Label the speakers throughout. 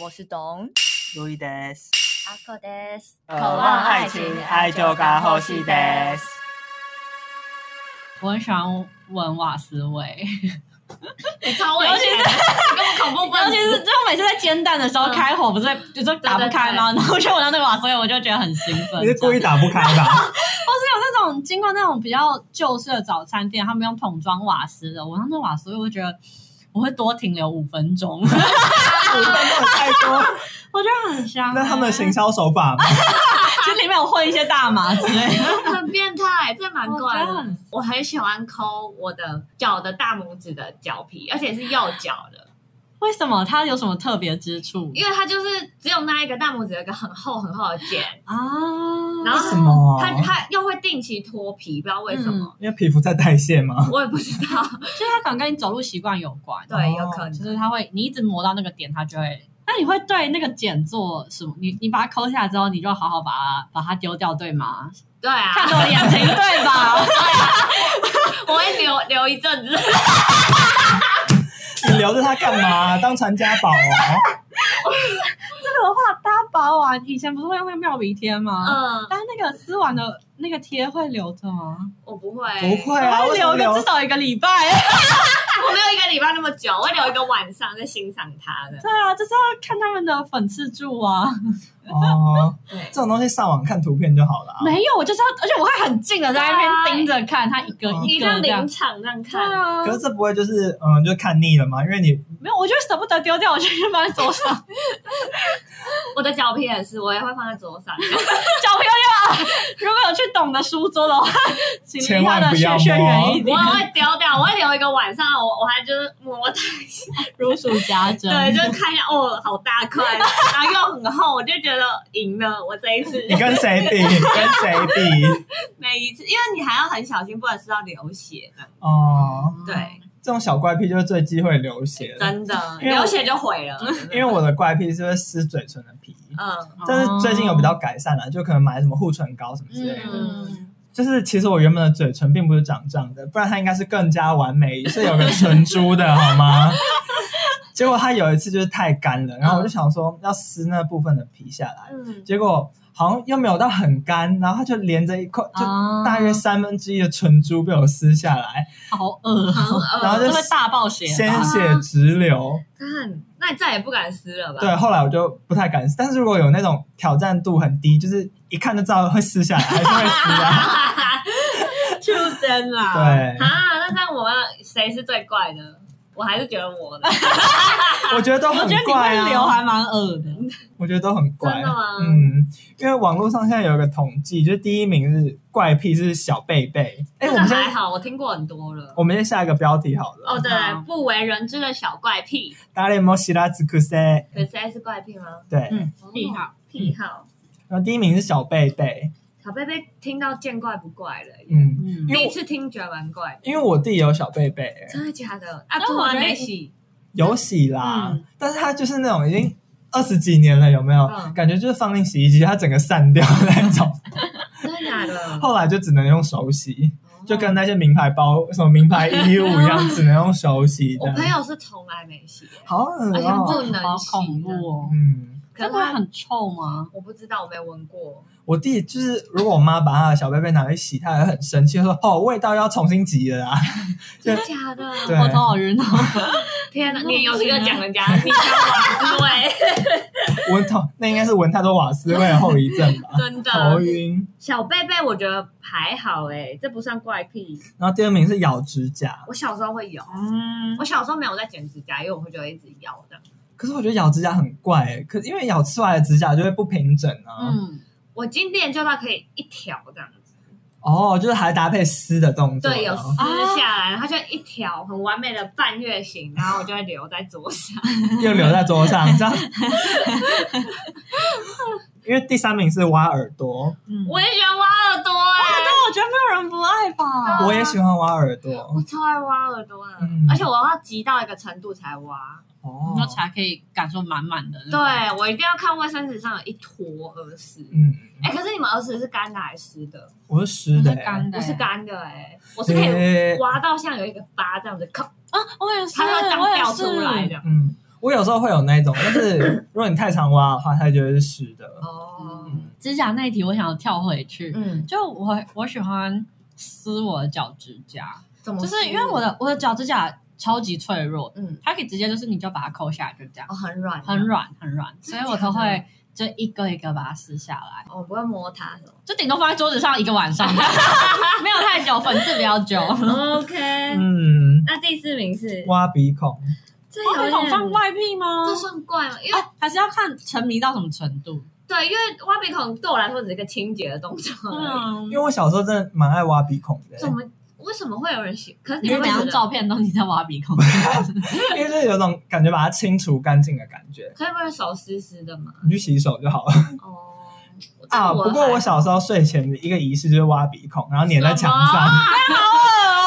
Speaker 1: 我是董
Speaker 2: 路易德斯，
Speaker 1: 阿克德斯，
Speaker 2: 渴望爱情，爱就该呼吸德斯。
Speaker 3: 我很喜欢闻瓦斯味，
Speaker 4: 你超危 险，你根本恐怖
Speaker 3: 尤
Speaker 4: 分
Speaker 3: 其
Speaker 4: 子。
Speaker 3: 是就每次在煎蛋的时候
Speaker 4: 嗯
Speaker 3: 开火，不是就是打不开吗？然后就闻到那个瓦斯味，我就觉得很兴奋。
Speaker 2: 你是故意
Speaker 3: 这样
Speaker 2: 打不开 吧？
Speaker 3: 或是有那种经过那种比较旧式的早餐店，他们用桶装瓦斯的，我闻到那瓦斯味，我就觉得我会多停留五分 钟，我觉
Speaker 2: 五分钟太多，
Speaker 3: 得很香、
Speaker 2: 那他们的行销手法吗？
Speaker 3: 其欸实里面有混一些大麻之类 的，
Speaker 4: 很变态，这蛮怪
Speaker 3: 我觉得
Speaker 4: 哦的
Speaker 3: 很。
Speaker 4: 我很喜欢抠我的脚的大拇指的脚皮，而且是右脚的，
Speaker 3: 为什么它有什么特别之处
Speaker 4: 因为它就是只有那一个大拇指有一个很厚很厚的茧，
Speaker 3: 啊？
Speaker 4: 然后
Speaker 2: 为什么
Speaker 4: 它
Speaker 2: 嗯
Speaker 4: 它又会定期脱皮，不知道为什么，
Speaker 2: 因为皮肤在代谢嘛。
Speaker 4: 我也不知 道。
Speaker 3: 就是它可能跟你走路习惯有关，
Speaker 4: 对，有可
Speaker 3: 就
Speaker 2: 哦
Speaker 4: 能。
Speaker 3: 是它会你一直磨到那个点，它就会。那你会对那个茧做什么？你你把它抠下来之后，你就好好把它把它丢掉，对 吗？
Speaker 4: 对啊，
Speaker 3: 看着我的眼睛，对 吧？
Speaker 4: 我会留留一阵子，
Speaker 2: 你留着它干嘛？ 当传家宝啊？
Speaker 3: 这个的话，大家把碗以前不是会用那个妙笔贴吗？
Speaker 4: 嗯，
Speaker 3: 但那个撕完的那个贴会留着吗？
Speaker 4: 我不会，
Speaker 2: 不会啊，
Speaker 3: 它
Speaker 2: 为什
Speaker 3: 留
Speaker 2: 么
Speaker 3: 个
Speaker 2: 留
Speaker 3: 至？少一个礼拜。
Speaker 4: 我没有一个礼拜那么久，我会留一个晚上在欣赏它的。
Speaker 3: 对啊，就是要看他们的粉刺柱啊。
Speaker 2: 哦，
Speaker 4: 对
Speaker 2: 这种东西上网看图片就好了啊。
Speaker 3: 没有，我就是要，而且我会很近的在那边盯着看它一个
Speaker 2: 对啊
Speaker 3: 一
Speaker 4: 你
Speaker 3: 个
Speaker 4: 像
Speaker 3: 这样
Speaker 4: 临。场这样
Speaker 3: 对
Speaker 4: 看，
Speaker 3: 啊，
Speaker 2: 可是这不会就是嗯，就看腻了嘛？因为你
Speaker 3: 没有，我就舍不得丢掉，我就放在桌上，
Speaker 4: 我的脚皮也是，我也会放在桌 上。
Speaker 3: 小朋友啊，如果有去懂的书桌的话，请
Speaker 2: 千
Speaker 3: 离他
Speaker 2: 万
Speaker 3: 的
Speaker 2: 不
Speaker 3: 轩
Speaker 2: 要
Speaker 3: 轩远一
Speaker 4: 我
Speaker 3: 点，
Speaker 4: 也会丢掉，我会留一个晚上，我我还就是摸它一下，
Speaker 3: 如数家珍。
Speaker 2: 啊
Speaker 4: 对，就是看一下，哦，好大块， 然后又很厚，我就觉得赢了，我这一次
Speaker 2: 你跟谁比？你跟谁比？
Speaker 4: 每一次，因为你还要很小心，不能吃到流血的，
Speaker 2: 哦，
Speaker 4: 对，
Speaker 2: 这种小怪癖就是最忌讳流血的，
Speaker 4: 真的
Speaker 2: 因为我
Speaker 4: 流血就毁了，
Speaker 2: 因为我的怪癖是会撕嘴唇的皮。
Speaker 4: 嗯
Speaker 2: 但是最近有比较改善了、就可能买什么护唇膏什么之类的。
Speaker 4: 嗯，
Speaker 2: 就是其实我原本的嘴唇并不是长这样的，不然它应该是更加完美，是有个唇珠的 好吗？结果它有一次就是太干了，然后我就想说要撕那部分的皮下来，
Speaker 4: 嗯，
Speaker 2: 结果好像又没有到很干，然后它就连着一块，就
Speaker 3: 啊
Speaker 2: 大约三分之一的唇珠被我撕下来，
Speaker 3: 好恶啊，
Speaker 2: 然后
Speaker 3: 这
Speaker 2: 就
Speaker 3: 会大啊暴血
Speaker 2: 鲜
Speaker 3: 吧。
Speaker 2: 血直流。
Speaker 4: 看，那你再也不敢撕了吧？
Speaker 2: 对，啊后来我就不太敢撕，但是如果有那种挑战度很低，就是一看就知道会撕下来，还是会撕 啊。
Speaker 3: 就真啦，
Speaker 2: 对，
Speaker 4: 啊，那这样我要谁是最怪的？我还是觉得我的，
Speaker 2: 我觉得都
Speaker 3: 我
Speaker 2: 很
Speaker 3: 觉得你
Speaker 2: 怪
Speaker 3: 会留
Speaker 2: 啊，
Speaker 3: 还蛮恶的，
Speaker 2: 我觉得都很怪
Speaker 4: 真的。吗？
Speaker 2: 嗯，因为网络上现在有一个统计，就是第一名是怪癖是小贝贝。哎，
Speaker 4: 这
Speaker 2: 我
Speaker 4: 个
Speaker 2: 们先
Speaker 4: 还好，我听过很多了。
Speaker 2: 我们先下一个标题好了。
Speaker 4: 哦，对
Speaker 3: 好，
Speaker 4: 不为人知的小怪癖，
Speaker 2: 大家有没有希拉兹克塞？
Speaker 4: 可是还是怪癖吗？
Speaker 2: 对，
Speaker 3: 嗯癖好。
Speaker 4: 癖好，
Speaker 2: 然后第一名是小贝贝。
Speaker 4: 小贝贝听到见怪不怪了耶。
Speaker 2: 嗯，
Speaker 3: 嗯，
Speaker 4: 第一次听觉得蛮怪的，
Speaker 2: 因为我弟有小贝贝，哎
Speaker 4: 真的假的？啊，
Speaker 3: 但
Speaker 4: 突
Speaker 3: 我
Speaker 4: 然
Speaker 3: 觉得
Speaker 4: 没洗，
Speaker 2: 有洗啦，
Speaker 3: 嗯
Speaker 2: 但是他就是那种已经二十几年了，有没有？
Speaker 4: 嗯
Speaker 2: 感觉就是放进洗衣机，它整个散掉的那种。
Speaker 4: 真的假的？
Speaker 3: 哦
Speaker 2: 后来就只能用手洗，
Speaker 4: 哦
Speaker 2: 就跟那些名牌包、什么名牌衣物一 样，只能用手洗的
Speaker 4: 我。朋友是从来没洗耶，
Speaker 2: 好恶
Speaker 4: 而且
Speaker 2: 哦、
Speaker 4: 不能
Speaker 3: 好
Speaker 4: 洗
Speaker 3: 恐怖
Speaker 4: 的，
Speaker 3: 哦！
Speaker 2: 嗯，
Speaker 4: 可
Speaker 3: 真
Speaker 4: 是
Speaker 3: 的会
Speaker 4: 他
Speaker 3: 很臭吗？
Speaker 4: 我不知道，我没闻过。
Speaker 2: 我弟就是，如果我妈把他的小贝贝拿去洗，他也很生气，说：“哦，味道要重新挤了啊
Speaker 4: 真的假的？！”
Speaker 2: 对，
Speaker 3: 我头好晕哦。
Speaker 4: 天哪，
Speaker 3: 嗯
Speaker 4: 你有这个讲人家，你讲我 对，，
Speaker 2: 闻头那应该是闻太多瓦斯味的后遗症吧
Speaker 4: 真的。啊
Speaker 2: 头晕。
Speaker 4: 小贝贝我觉得还好哎、这不算怪癖。
Speaker 2: 然后第二名是咬指甲，
Speaker 4: 我小时候会有，
Speaker 3: 嗯
Speaker 4: 我，小时候没有在剪指甲，因为我会觉得一直咬的。
Speaker 2: 可是我觉得咬指甲很怪、欸，可因为咬出来的指甲就会不平整啊。
Speaker 3: 嗯，
Speaker 4: 我今天就到可以一条这样子，
Speaker 2: 哦，就是还搭配撕的动作。啊
Speaker 4: 对，有撕下来，然后它就一条很完美的半月形，然后我就会留在桌上。
Speaker 2: 又留在桌上， 这样。因为第三名是挖耳朵，
Speaker 3: 嗯
Speaker 4: 我也喜欢挖耳朵哎、
Speaker 3: 但我觉得没有人不爱吧？
Speaker 2: 我也喜欢挖耳朵
Speaker 4: 啊我。超爱挖耳朵的，
Speaker 2: 嗯
Speaker 4: 而且我要急到一个程度才挖。
Speaker 2: 哦，
Speaker 3: 那才可以感受满满的。
Speaker 4: 对，我一定要看卫生纸上有一坨耳屎。
Speaker 2: 嗯，
Speaker 4: 哎、可是你们耳屎是干的还是湿的？
Speaker 2: 我是湿的、
Speaker 3: 是干的，
Speaker 4: 不是
Speaker 3: 干
Speaker 4: 干的哎、我是可以
Speaker 2: 欸
Speaker 4: 挖到像有一个疤这样子，靠，
Speaker 3: 啊！我也是，
Speaker 4: 它会这样
Speaker 3: 我也
Speaker 4: 掉
Speaker 3: 是
Speaker 4: 出来的。
Speaker 2: 嗯，我有时候会有那种，但是如果你太常挖的话，它就会是湿的。
Speaker 4: 哦，
Speaker 3: 指甲那一题，我想要跳回去，
Speaker 4: 嗯，
Speaker 3: 就我我喜欢撕我的脚趾甲，
Speaker 4: 怎么
Speaker 3: 就是因为我的我的脚趾甲超级脆弱，
Speaker 4: 嗯，
Speaker 3: 它可以直接就是你就把它抠下来，就这样，
Speaker 4: 哦很软，
Speaker 3: 很，软很软，所以我都
Speaker 4: 真的
Speaker 3: 会就一个一个把它撕下来，
Speaker 4: 哦我不会摸它什么。
Speaker 3: 就顶多放在桌子上一个晚上， 没有太久，粉刺比较久。
Speaker 4: 哦 OK，
Speaker 2: 嗯，
Speaker 4: 那第四名是
Speaker 2: 挖鼻孔，
Speaker 4: 这
Speaker 3: 我
Speaker 4: 有
Speaker 3: 鼻孔放
Speaker 4: 点，
Speaker 3: 外屁吗？
Speaker 4: 这算怪吗？因为
Speaker 3: 啊，还是要看沉迷到什么程度。
Speaker 4: 对，因为挖鼻孔对我来说只是一个清洁的动作而已。
Speaker 3: 嗯
Speaker 2: 因为，我小时候真的蛮爱挖鼻孔的，
Speaker 4: 怎么为什么会有人喜？可是
Speaker 3: 你
Speaker 4: 你
Speaker 3: 是
Speaker 4: 会
Speaker 3: 每
Speaker 4: 觉
Speaker 3: 张
Speaker 4: 得
Speaker 3: 照片都你在挖鼻孔，
Speaker 2: 因为就是有种感觉把它清除干净的感觉。
Speaker 4: 可以不会手湿湿的吗？
Speaker 2: 你去洗手 就好了
Speaker 4: 哦，我
Speaker 2: 啊！不过我小时候睡前的一个仪式就是挖鼻孔，然后粘在墙上。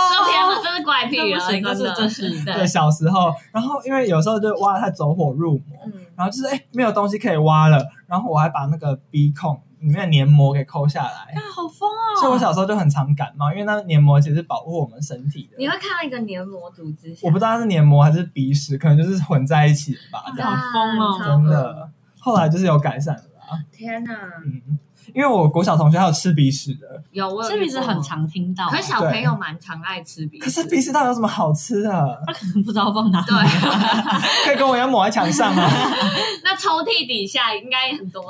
Speaker 4: 这天了，这是怪癖 了，
Speaker 3: 这不行
Speaker 4: 哦真的
Speaker 3: 这是这是
Speaker 2: 对，
Speaker 4: 对，
Speaker 2: 小时候，然后因为有时候就挖得太走火入魔，
Speaker 4: 嗯，
Speaker 2: 然后就是哎、没有东西可以挖了，然后我还把那个鼻孔里面的黏膜给抠下来，
Speaker 3: 啊好疯哦！
Speaker 2: 所以我小时候就很常感冒，因为那黏膜其实是保护我们身体
Speaker 4: 你
Speaker 2: 的。
Speaker 4: 会看到一个黏膜组织下，
Speaker 2: 我不知道它是黏膜还是鼻屎，可能就是混在一起的
Speaker 4: 啊
Speaker 2: 吧，这样
Speaker 3: 好疯哦
Speaker 2: 真，的。后来就是有改善了啦，
Speaker 4: 天哪，
Speaker 2: 嗯，因为我国小同学还有吃鼻屎的，
Speaker 4: 有我有
Speaker 3: 这
Speaker 4: 遇
Speaker 3: 鼻子
Speaker 4: 过
Speaker 3: 很，常听到，
Speaker 4: 可是小朋友蛮常爱吃鼻
Speaker 2: 可
Speaker 4: 子，
Speaker 2: 是鼻屎到底有什么好吃的？
Speaker 3: 他可能不知道放哪里。
Speaker 4: 对，
Speaker 2: 可以跟我一样抹在墙上吗？
Speaker 4: 那抽屉底下应该也很多，
Speaker 3: 好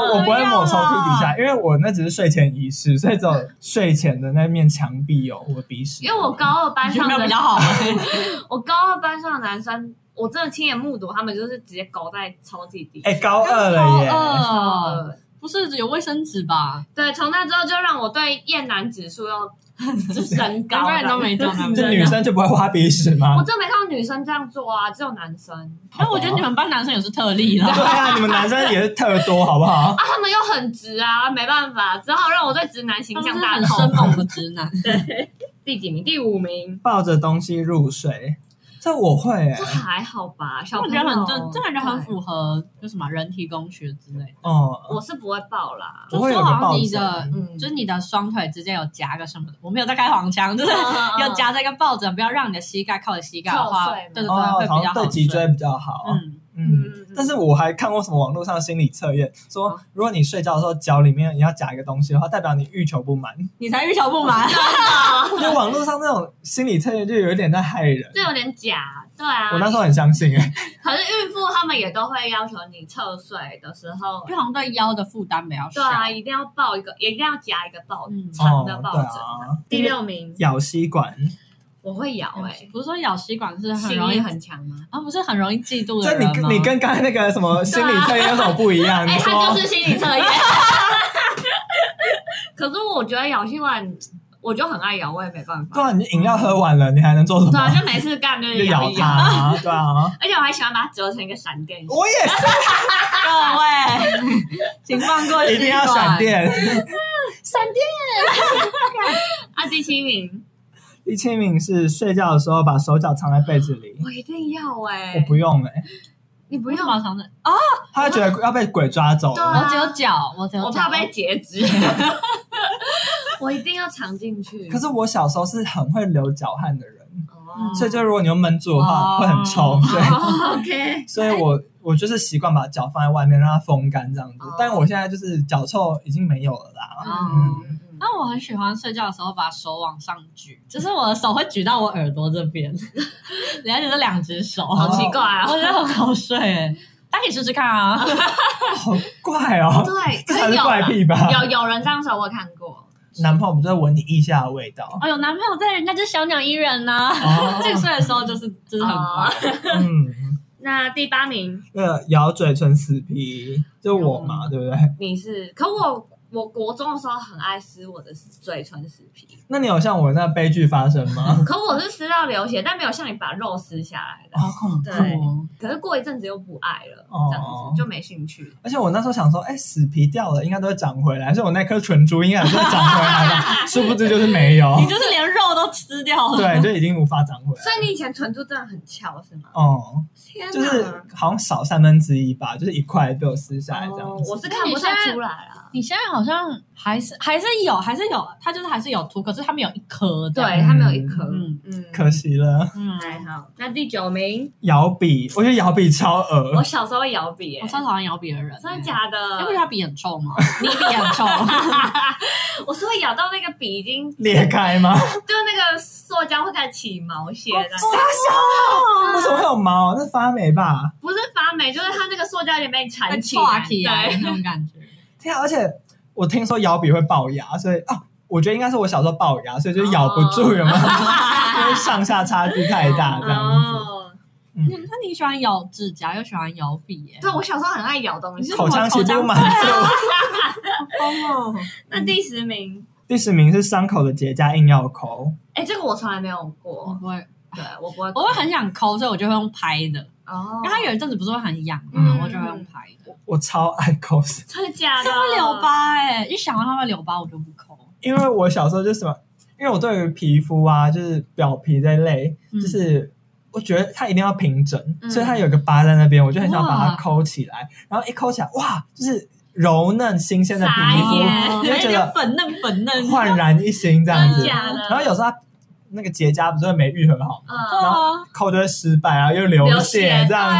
Speaker 2: 哦，我不会抹抽屉底下，因为我那只是睡前仪式，所以只有睡前的那面墙壁有我的鼻屎。
Speaker 4: 因为我高二班
Speaker 3: 有
Speaker 4: 上
Speaker 3: 没有
Speaker 4: 的
Speaker 3: 比较好？
Speaker 4: 我高二班上的男生，我真的亲眼目睹他们就是直接搞在抽屉底下。
Speaker 2: 哎、高二了耶！
Speaker 3: 了耶！
Speaker 4: 呃，
Speaker 3: 嗯不是有卫生纸吧？
Speaker 4: 对，从那之后就让我对厌男指数又 就升
Speaker 3: 很
Speaker 4: 高
Speaker 3: 多
Speaker 4: 了，
Speaker 3: 人都没做，
Speaker 2: 这女生就不会挖鼻屎
Speaker 4: 我
Speaker 2: 吗？
Speaker 4: 真的没看到女生这样做啊，只有男生
Speaker 3: 那我觉得你们班男生也是特例啦。
Speaker 2: 对啊，你们男生也是特多，好不好？
Speaker 4: 啊，他们又很直啊，没办法，只好让我对直男形
Speaker 3: 他们
Speaker 4: 象
Speaker 3: 是
Speaker 4: 大
Speaker 3: 很
Speaker 4: 扣
Speaker 3: 生猛的直 男，
Speaker 4: 第几名？第五名，
Speaker 2: 抱着东西入睡，这我会、欸
Speaker 4: 这。还好吧？小
Speaker 3: 我
Speaker 4: 朋
Speaker 3: 觉
Speaker 4: 友
Speaker 3: 得很正，这感觉很
Speaker 4: 对
Speaker 3: 符合，就什么人体工学之类的。
Speaker 2: 哦，
Speaker 4: 我是不会抱啦，
Speaker 2: 我
Speaker 3: 就
Speaker 2: 会有
Speaker 3: 说
Speaker 2: 个
Speaker 3: 好
Speaker 2: 抱
Speaker 3: 像你
Speaker 2: 枕。
Speaker 3: 的，
Speaker 4: 嗯，
Speaker 3: 就是你的双腿之间有夹个什么的，我没有在开黄腔，就是
Speaker 4: 哦嗯
Speaker 3: 有夹着一个抱枕，不要让你的膝盖靠着膝盖的话，
Speaker 4: 侧
Speaker 3: 对
Speaker 4: 睡吗
Speaker 3: 对对，
Speaker 2: 哦
Speaker 3: 会，
Speaker 2: 好
Speaker 3: 比较
Speaker 2: 像
Speaker 3: 好
Speaker 2: 对脊椎。比较好。
Speaker 3: 嗯，
Speaker 2: 嗯，
Speaker 4: 嗯
Speaker 2: 但是我还看过什么网络上的心理测验，说如果你睡觉的时候脚里面你要夹一个东西的话，代表你欲求不满。
Speaker 3: 你才欲求不满，
Speaker 2: 我觉得网络上那种心理测验就有一点在害人。
Speaker 4: 这有点假，对啊。
Speaker 2: 我那时候很相信、欸，
Speaker 4: 可是孕妇她们也都会要求你侧睡的时候，
Speaker 3: 就好像对腰的负担比较
Speaker 4: 对。
Speaker 3: 小
Speaker 4: 啊，一定要抱一个，也一定要夹一个抱
Speaker 3: 嗯，
Speaker 4: 长
Speaker 2: 哦，
Speaker 4: 的抱
Speaker 2: 对
Speaker 4: 枕。
Speaker 2: 啊，
Speaker 4: 第六名，
Speaker 2: 咬吸管，
Speaker 4: 我会咬哎、
Speaker 3: 不是说咬吸管是很
Speaker 4: 性
Speaker 3: 容
Speaker 4: 欲
Speaker 3: 易
Speaker 4: 很强吗？
Speaker 3: 啊，不是很容易嫉妒
Speaker 2: 这
Speaker 3: 的人
Speaker 2: 你
Speaker 3: 吗？
Speaker 2: 跟你跟刚才那个什么心理测验有什么不一样？你
Speaker 4: 哎、
Speaker 2: 说
Speaker 4: 他就是心理测 验。可是我觉得咬吸管，我就很爱咬，我也没 办
Speaker 2: 对
Speaker 4: 法。
Speaker 2: 啊，你饮料喝完了，你还能做什
Speaker 4: 对啊，
Speaker 2: 么？
Speaker 4: 就没事干就
Speaker 2: 就
Speaker 4: 咬
Speaker 2: 咬
Speaker 4: 一
Speaker 2: 它
Speaker 4: 咬，
Speaker 2: 啊，对啊，
Speaker 4: 而且我还喜欢把它折成一个闪电。
Speaker 2: 我也是，
Speaker 3: 各位， 请放过吸管
Speaker 2: 一定要闪。电。
Speaker 4: 啊，第七名，
Speaker 2: 第七名是睡觉的时候把手脚藏在被子里，
Speaker 4: 我一定要哎、
Speaker 2: 我不用哎、
Speaker 4: 你不
Speaker 3: 为什
Speaker 4: 用
Speaker 3: 么，要藏着？
Speaker 2: 他会觉得要被鬼抓走
Speaker 4: 对啊
Speaker 2: 了。
Speaker 3: 我只有脚，我只有脚
Speaker 4: 我怕被截肢。哦 我一定要藏进去。
Speaker 2: 可是我小时候是很会流脚汗的人，
Speaker 4: 哦，
Speaker 2: 所以就如果你又闷住的话，
Speaker 3: 哦
Speaker 2: 会很臭。对，
Speaker 4: 哦 OK，
Speaker 2: 所以我我就是习惯把脚放在外面，让它风干这样子
Speaker 4: 哦。
Speaker 2: 但我现在就是脚臭已经没有了啦。
Speaker 4: 嗯嗯嗯，
Speaker 3: 那我很喜欢睡觉的时候把手往上举，就是我的手会举到我耳朵这 边，了解这两只手，
Speaker 4: 好奇怪啊
Speaker 3: 我！觉得很好睡欸。大家可以试试看 啊，
Speaker 2: 好怪 哦，
Speaker 4: 对，
Speaker 2: 这
Speaker 4: 可
Speaker 2: 才
Speaker 4: 以
Speaker 2: 是
Speaker 4: 有
Speaker 2: 怪
Speaker 4: 啦
Speaker 2: 癖吧？
Speaker 4: 有有人这样说，我有看过。
Speaker 2: 男朋友不是闻你腋下的味道？
Speaker 3: 哦，有男朋友在，人家就是小鸟依人呐、
Speaker 2: 哦
Speaker 3: 这个睡的时候就是就是很乖，
Speaker 2: 嗯，
Speaker 4: 那第八名
Speaker 2: 那个咬嘴唇死皮，就我嘛，对不对？
Speaker 4: 你是，可我我国中的时候很爱撕我的嘴唇死皮，
Speaker 2: 那你有像我那悲剧发生 吗？
Speaker 4: 可我是撕到流血，但没有像你把肉撕下来的。
Speaker 3: 好恐怖哦！
Speaker 4: 可是过一阵子又不爱了，
Speaker 2: 哦
Speaker 4: 这样子就没兴趣了。
Speaker 2: 而且我那时候想说，哎，死皮掉了，应该都会长回来，所以我那颗唇珠应该也是会长回来的，殊不知就是没有
Speaker 3: 你，就是连肉都吃掉了，
Speaker 2: 对，就已经无法长回来。
Speaker 4: 所以你以前唇珠真的很翘是吗？
Speaker 2: 哦，
Speaker 4: 天哪！
Speaker 2: 就是好像少三分之一吧，就是一块被我撕下来这
Speaker 4: 哦
Speaker 2: 样子。
Speaker 4: 我是看不太出来啊。
Speaker 3: 你现在好好像还是还是有，还是有，它就是还是有凸，可是它没有一颗这
Speaker 4: 对
Speaker 3: 样。
Speaker 4: 它没有一颗，
Speaker 3: 嗯
Speaker 4: 嗯，
Speaker 2: 可惜了。
Speaker 3: 嗯，
Speaker 4: 还好。那第九名，
Speaker 2: 摇笔，我觉得摇笔超
Speaker 4: 我
Speaker 2: 恶，
Speaker 4: 小时候摇笔、欸，
Speaker 3: 我超讨厌咬别人，欸
Speaker 4: 真的？假的？
Speaker 3: 要不是他笔很臭吗？你笔 很臭，
Speaker 4: 我是会咬到那个笔已经，
Speaker 2: 裂开吗？
Speaker 4: 就那个塑胶会开始起毛屑的，
Speaker 2: 为什么会有毛？那发霉吧？
Speaker 4: 不是发霉，就是它那个塑胶也被你缠
Speaker 3: 很
Speaker 4: 起
Speaker 3: 臭啊
Speaker 4: 来，，
Speaker 3: 来
Speaker 4: 对，
Speaker 3: 那 种感觉。
Speaker 2: 天啊！而且我听说摇笔会龅牙，所以啊，我觉得应该是我小时候龅牙，所以就咬不住，有没有？ 因为上下差距太 大，这样子。
Speaker 4: 哦，
Speaker 2: 嗯，
Speaker 3: 那你喜欢咬指甲，又喜欢咬欸笔耶？
Speaker 4: 对，我小时候很爱咬东
Speaker 3: 你
Speaker 4: 西
Speaker 3: 是。
Speaker 2: 口腔期不满足。
Speaker 3: 哦，
Speaker 4: 那第十名，
Speaker 2: 第十名是伤口的结痂硬要抠，
Speaker 4: 哎，这个我从来没有
Speaker 3: 我
Speaker 4: 过，
Speaker 3: 不会，
Speaker 4: 对嗯我不会，
Speaker 3: 我会很想抠，所以我就会用拍的。
Speaker 4: 哦，
Speaker 3: 因为它有一阵子不是会很痒嘛
Speaker 4: 嗯，
Speaker 3: 我就会用拍的。
Speaker 2: 我超爱抠，
Speaker 4: 真的假的？
Speaker 3: 它会留，疤哎，一想到它会留疤，我就不抠。
Speaker 2: 因为我小时候就什么，因为我对于皮肤啊，就是表皮这一类，
Speaker 3: 嗯
Speaker 2: 就是。我觉得它一定要平整，
Speaker 4: 嗯
Speaker 2: 所以它有个疤在那边，我就很想把它
Speaker 3: 哇
Speaker 2: 抠起来。然后一抠起来，哇，就是柔嫩新鲜的皮
Speaker 3: 哎
Speaker 4: 傻
Speaker 2: 肤，
Speaker 4: 眼
Speaker 2: 你会觉得
Speaker 3: 粉嫩粉嫩
Speaker 2: 焕然一新这样子
Speaker 4: 真。假的
Speaker 2: 然后有时候它那个结痂不是会没愈合好，
Speaker 3: 对
Speaker 4: 嗯，
Speaker 3: 啊，
Speaker 2: 扣就会失败，然后又流
Speaker 4: 流血啊
Speaker 2: 这样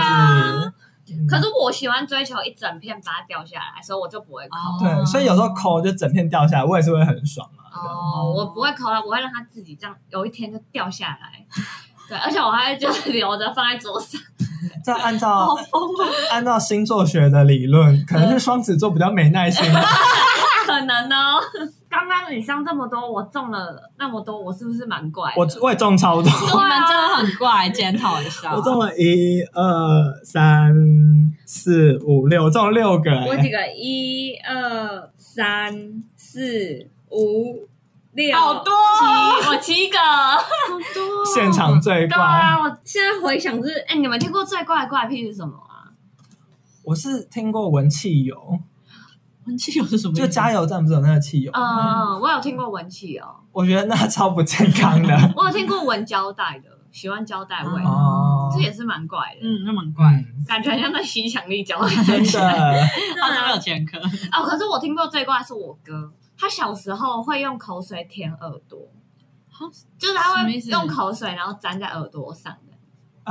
Speaker 2: 子。嗯
Speaker 4: 可是我喜欢追求一整片把它掉下来，所以我就不会抠。
Speaker 3: 哦
Speaker 2: 对，所以有时候抠就整片掉下来，我也是会很爽啊。
Speaker 4: 哦，我不会抠了，我会让它自己这样，有一天就掉下来。 对，而且我还会就是留着放在桌上。
Speaker 2: 这样按照
Speaker 4: 啊
Speaker 2: 按照星座学的理论，可能
Speaker 4: 嗯
Speaker 2: 是双子座比较没耐心。
Speaker 4: 可能呢、哦。 刚刚你上这么多，我中了那么多，我是不是蛮怪的？
Speaker 2: 我我也中 超多，
Speaker 3: 你们真的很怪，检讨一下。
Speaker 2: 我中了一二三四五六，我中了六个、
Speaker 4: 我几
Speaker 2: 欸。
Speaker 4: 个一二三四五六，
Speaker 3: 好多
Speaker 4: 七，哦我七个。
Speaker 3: 好多
Speaker 2: 现场 最
Speaker 4: 对
Speaker 2: 怪，
Speaker 4: 啊，我现在回想是，哎，你们听过最怪的怪癖是什么啊？
Speaker 2: 我是听过闻汽油，
Speaker 3: 闻汽油是什么意思？
Speaker 2: 就加油站不是有那个汽油吗？
Speaker 4: 嗯，我有听过闻汽油，
Speaker 2: 我觉得那超不健康的。
Speaker 4: 我有听过闻胶带的，喜欢胶带味，
Speaker 3: 哦
Speaker 4: 这也是蛮怪的，
Speaker 3: 嗯，那蛮怪。
Speaker 2: 怪，
Speaker 4: 感觉很像在吸强力胶带。
Speaker 2: 真的，
Speaker 3: 他是没有前科，
Speaker 4: 哦，可是我听过最怪的是我哥，他小时候会用口水舔耳朵
Speaker 3: 哈，
Speaker 4: 就是他
Speaker 3: 什么
Speaker 4: 会
Speaker 3: 意思
Speaker 4: 用口水然后粘在耳朵上的，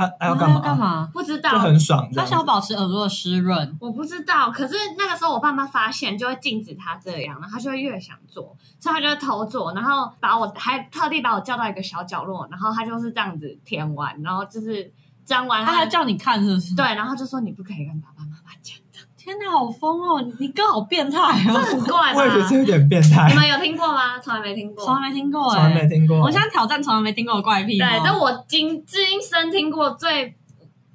Speaker 2: 啊，还要干
Speaker 3: 他
Speaker 2: 嘛？
Speaker 3: 干嘛？
Speaker 4: 不知
Speaker 2: 就
Speaker 4: 道。
Speaker 2: 很爽这
Speaker 3: 他
Speaker 2: 样子。
Speaker 3: 想要保持耳朵的湿润。
Speaker 4: 我不知道，可是那个时候我爸妈发现就会禁止他这样，然后他就会越想做，所以他就会偷做，然后把我还特地把我叫到一个小角落，然后他就是这样子舔完，然后就是粘完
Speaker 3: 他
Speaker 4: 他
Speaker 3: 还叫你看是不是？
Speaker 4: 对，，然后就说你不可以跟爸爸妈妈讲，
Speaker 3: 天哪，好疯哦！你哥好变态哦，
Speaker 4: 很怪吧
Speaker 2: 我？也觉得这有点变态
Speaker 4: 你，们有听过吗？从来没听过，
Speaker 3: 从来没听过
Speaker 2: 从
Speaker 3: 哎
Speaker 2: 来。没听过。
Speaker 3: 我现在挑战从来没听过的怪癖哦。
Speaker 4: 对，这我今至今生听过最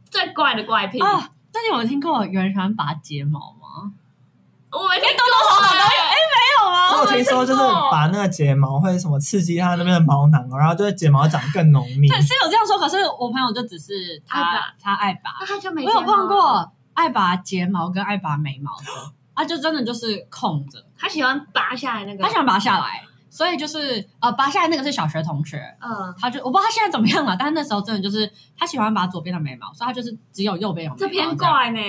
Speaker 4: 最怪的怪癖。
Speaker 3: 啊，那你有听过有人喜欢拔睫毛吗？
Speaker 4: 我没听过哎，
Speaker 3: 没有吗
Speaker 2: 我有啊听说就是把那个睫毛会什么刺激它那边的毛囊，然后就会睫毛长更浓 密。
Speaker 3: 对，是有这样说，可是我朋友就只是
Speaker 4: 爱
Speaker 3: 他
Speaker 4: 拔
Speaker 3: 他爱拔，
Speaker 4: 那啊他就没
Speaker 3: 我
Speaker 4: 睫毛
Speaker 3: 有碰，过爱拔睫毛跟爱拔眉毛的，啊，就真的就是空着，
Speaker 4: 他喜欢拔下来那个，
Speaker 3: 他想拔下来，所以就是呃拔下来那个是小学同学，
Speaker 4: 嗯，
Speaker 3: 他就我不知道他现在怎么样了，但是那时候真的就是他喜欢拔左边的眉毛，所以他就是只有右边有眉毛
Speaker 4: 这偏
Speaker 3: 样。
Speaker 4: 怪呢。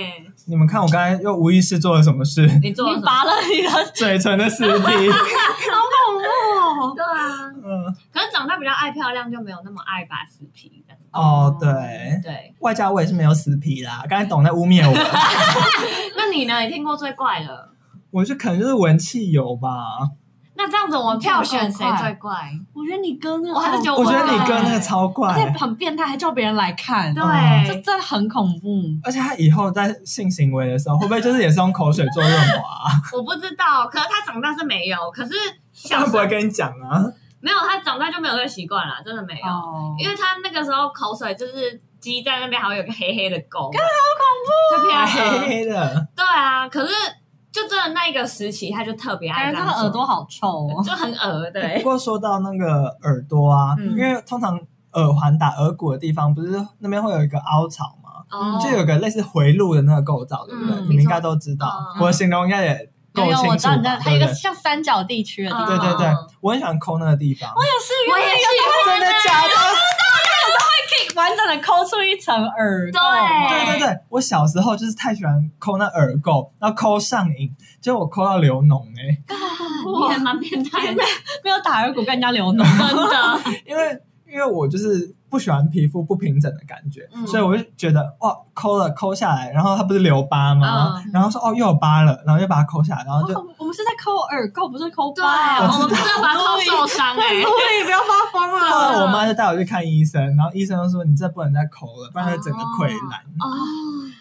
Speaker 2: 你们看我刚才又无意识做了什 么事？
Speaker 4: 你
Speaker 3: 你？拔了你的
Speaker 2: 嘴唇的尸体。
Speaker 3: 头，
Speaker 4: 对啊，
Speaker 2: 嗯，
Speaker 4: 可是长大比较爱漂亮，就没有那么爱拔死皮的。
Speaker 2: 哦，对，
Speaker 4: 对，
Speaker 2: 外加我也是没有死皮啦。刚才懂在污蔑我，
Speaker 4: 那你呢？你听过最怪的？
Speaker 2: 我就可能就是闻汽油吧。
Speaker 4: 那这样子，我们票选谁最怪？
Speaker 3: 我觉得你哥那个
Speaker 4: 我还是觉得
Speaker 2: 我觉得你哥那
Speaker 4: 跟
Speaker 2: 个超
Speaker 3: 而且
Speaker 2: 怪，
Speaker 3: 很变态，还叫别人来看，这
Speaker 4: 对，
Speaker 3: 真的很恐怖。
Speaker 2: 而且他以后在性行为的时候，会不会就是也是用口水做润滑？啊
Speaker 4: 我不知道，可是他长大是没有，可是
Speaker 2: 他
Speaker 4: 小
Speaker 2: 会
Speaker 4: 时
Speaker 2: 不
Speaker 4: 候
Speaker 2: 会跟你讲 啊？
Speaker 4: 没有，他长大就没有这个习惯了，真的没有。
Speaker 3: 哦
Speaker 4: 因为他那个时候口水就是积在那边，还有一个黑黑的沟，真好恐怖，就
Speaker 2: 黑
Speaker 4: 偏黑。
Speaker 2: 黑的，
Speaker 4: 对啊，可是就真的那一个时期，他就特别爱
Speaker 3: 感
Speaker 4: 这
Speaker 3: 觉
Speaker 4: 样
Speaker 3: 他
Speaker 4: 做
Speaker 3: 的耳朵好臭哦。
Speaker 4: 就很恶，
Speaker 2: 不
Speaker 4: 对，
Speaker 2: 过说到那个耳朵啊，
Speaker 4: 嗯
Speaker 2: 因为通常耳环打耳骨的地方，不是那边会有一个凹槽吗？
Speaker 4: 哦
Speaker 2: 就有个类似回路的那个构造，对不对？
Speaker 4: 嗯
Speaker 2: 你们应该都知道，
Speaker 4: 嗯
Speaker 2: 我的形容应该也够
Speaker 3: 有有，我
Speaker 2: 清
Speaker 3: 知
Speaker 2: 楚
Speaker 3: 道你知
Speaker 2: 吧
Speaker 3: 道，？它有
Speaker 2: 对
Speaker 3: 一
Speaker 2: 不
Speaker 3: 个
Speaker 2: 对？
Speaker 3: 像三角地区的地方。
Speaker 2: 对对对
Speaker 4: 嗯，
Speaker 2: 我很喜欢抠那个地方，
Speaker 3: 就是
Speaker 4: 我也喜欢
Speaker 2: 真的假的？
Speaker 4: kick
Speaker 3: 完整的抠出一层耳垢。
Speaker 4: 对
Speaker 2: 对对对，我小时候就是太喜欢抠那耳垢，然后抠上瘾，结果我抠到流脓哎、
Speaker 4: 你也蛮变态的，
Speaker 3: 没有打耳骨跟人家流脓，
Speaker 4: 真的。
Speaker 2: 因为因为我就是不喜欢皮肤不平整的感觉，
Speaker 4: 嗯
Speaker 2: 所以我就觉得哇，抠了抠下来，然后它不是留疤
Speaker 4: 嗯
Speaker 2: 吗？然后说哦又有疤了，然后就把它抠下来，然后就、
Speaker 3: 我们是在抠耳垢，不是抠
Speaker 4: 对，啊
Speaker 3: 疤。
Speaker 4: 我们不是要把它受伤哎，
Speaker 3: 对，不要发疯
Speaker 2: 后
Speaker 3: 啊！
Speaker 2: 来我妈就带我去看医生，然后医生就说你这不能再抠了，不然会整个溃烂。
Speaker 4: 哦，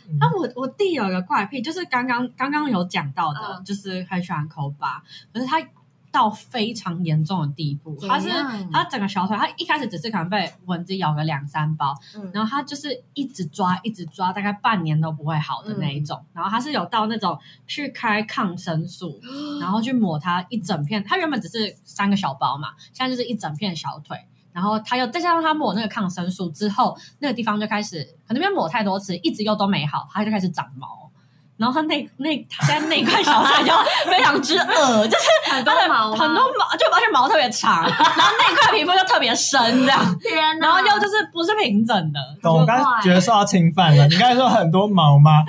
Speaker 2: 嗯
Speaker 3: 那我我弟有一个怪癖，就是刚刚刚刚有讲到的，
Speaker 4: 嗯
Speaker 3: 就是很喜欢抠疤，可是他到非常严重的地步，他是
Speaker 4: 怎样
Speaker 3: 他整个小腿，他一开始只是可能被蚊子咬个两三包，
Speaker 4: 嗯
Speaker 3: 然后他就是一直抓一直抓，大概半年都不会好的那一种，然后他是有到那种去开抗生素，然后去抹它一整片，它原本只是三个小包嘛，现在就是一整片小腿。然后他又再加上他抹那个抗生素之后，那个地方就开始可能因为抹太多次，一直又都没好，它就开始长毛。然后他那那他现在那块小腿就 非常之恶，
Speaker 2: 呃
Speaker 3: 就是
Speaker 4: 很
Speaker 3: 它
Speaker 4: 多
Speaker 3: 的
Speaker 4: 毛吗，
Speaker 3: 很多毛，就而且毛特别长，然后那块皮肤就特别深这 样，
Speaker 4: 天哪，
Speaker 3: 然后又就是不是平整的，
Speaker 2: 懂我刚才觉得受到侵犯了，你刚才说很多 毛吗？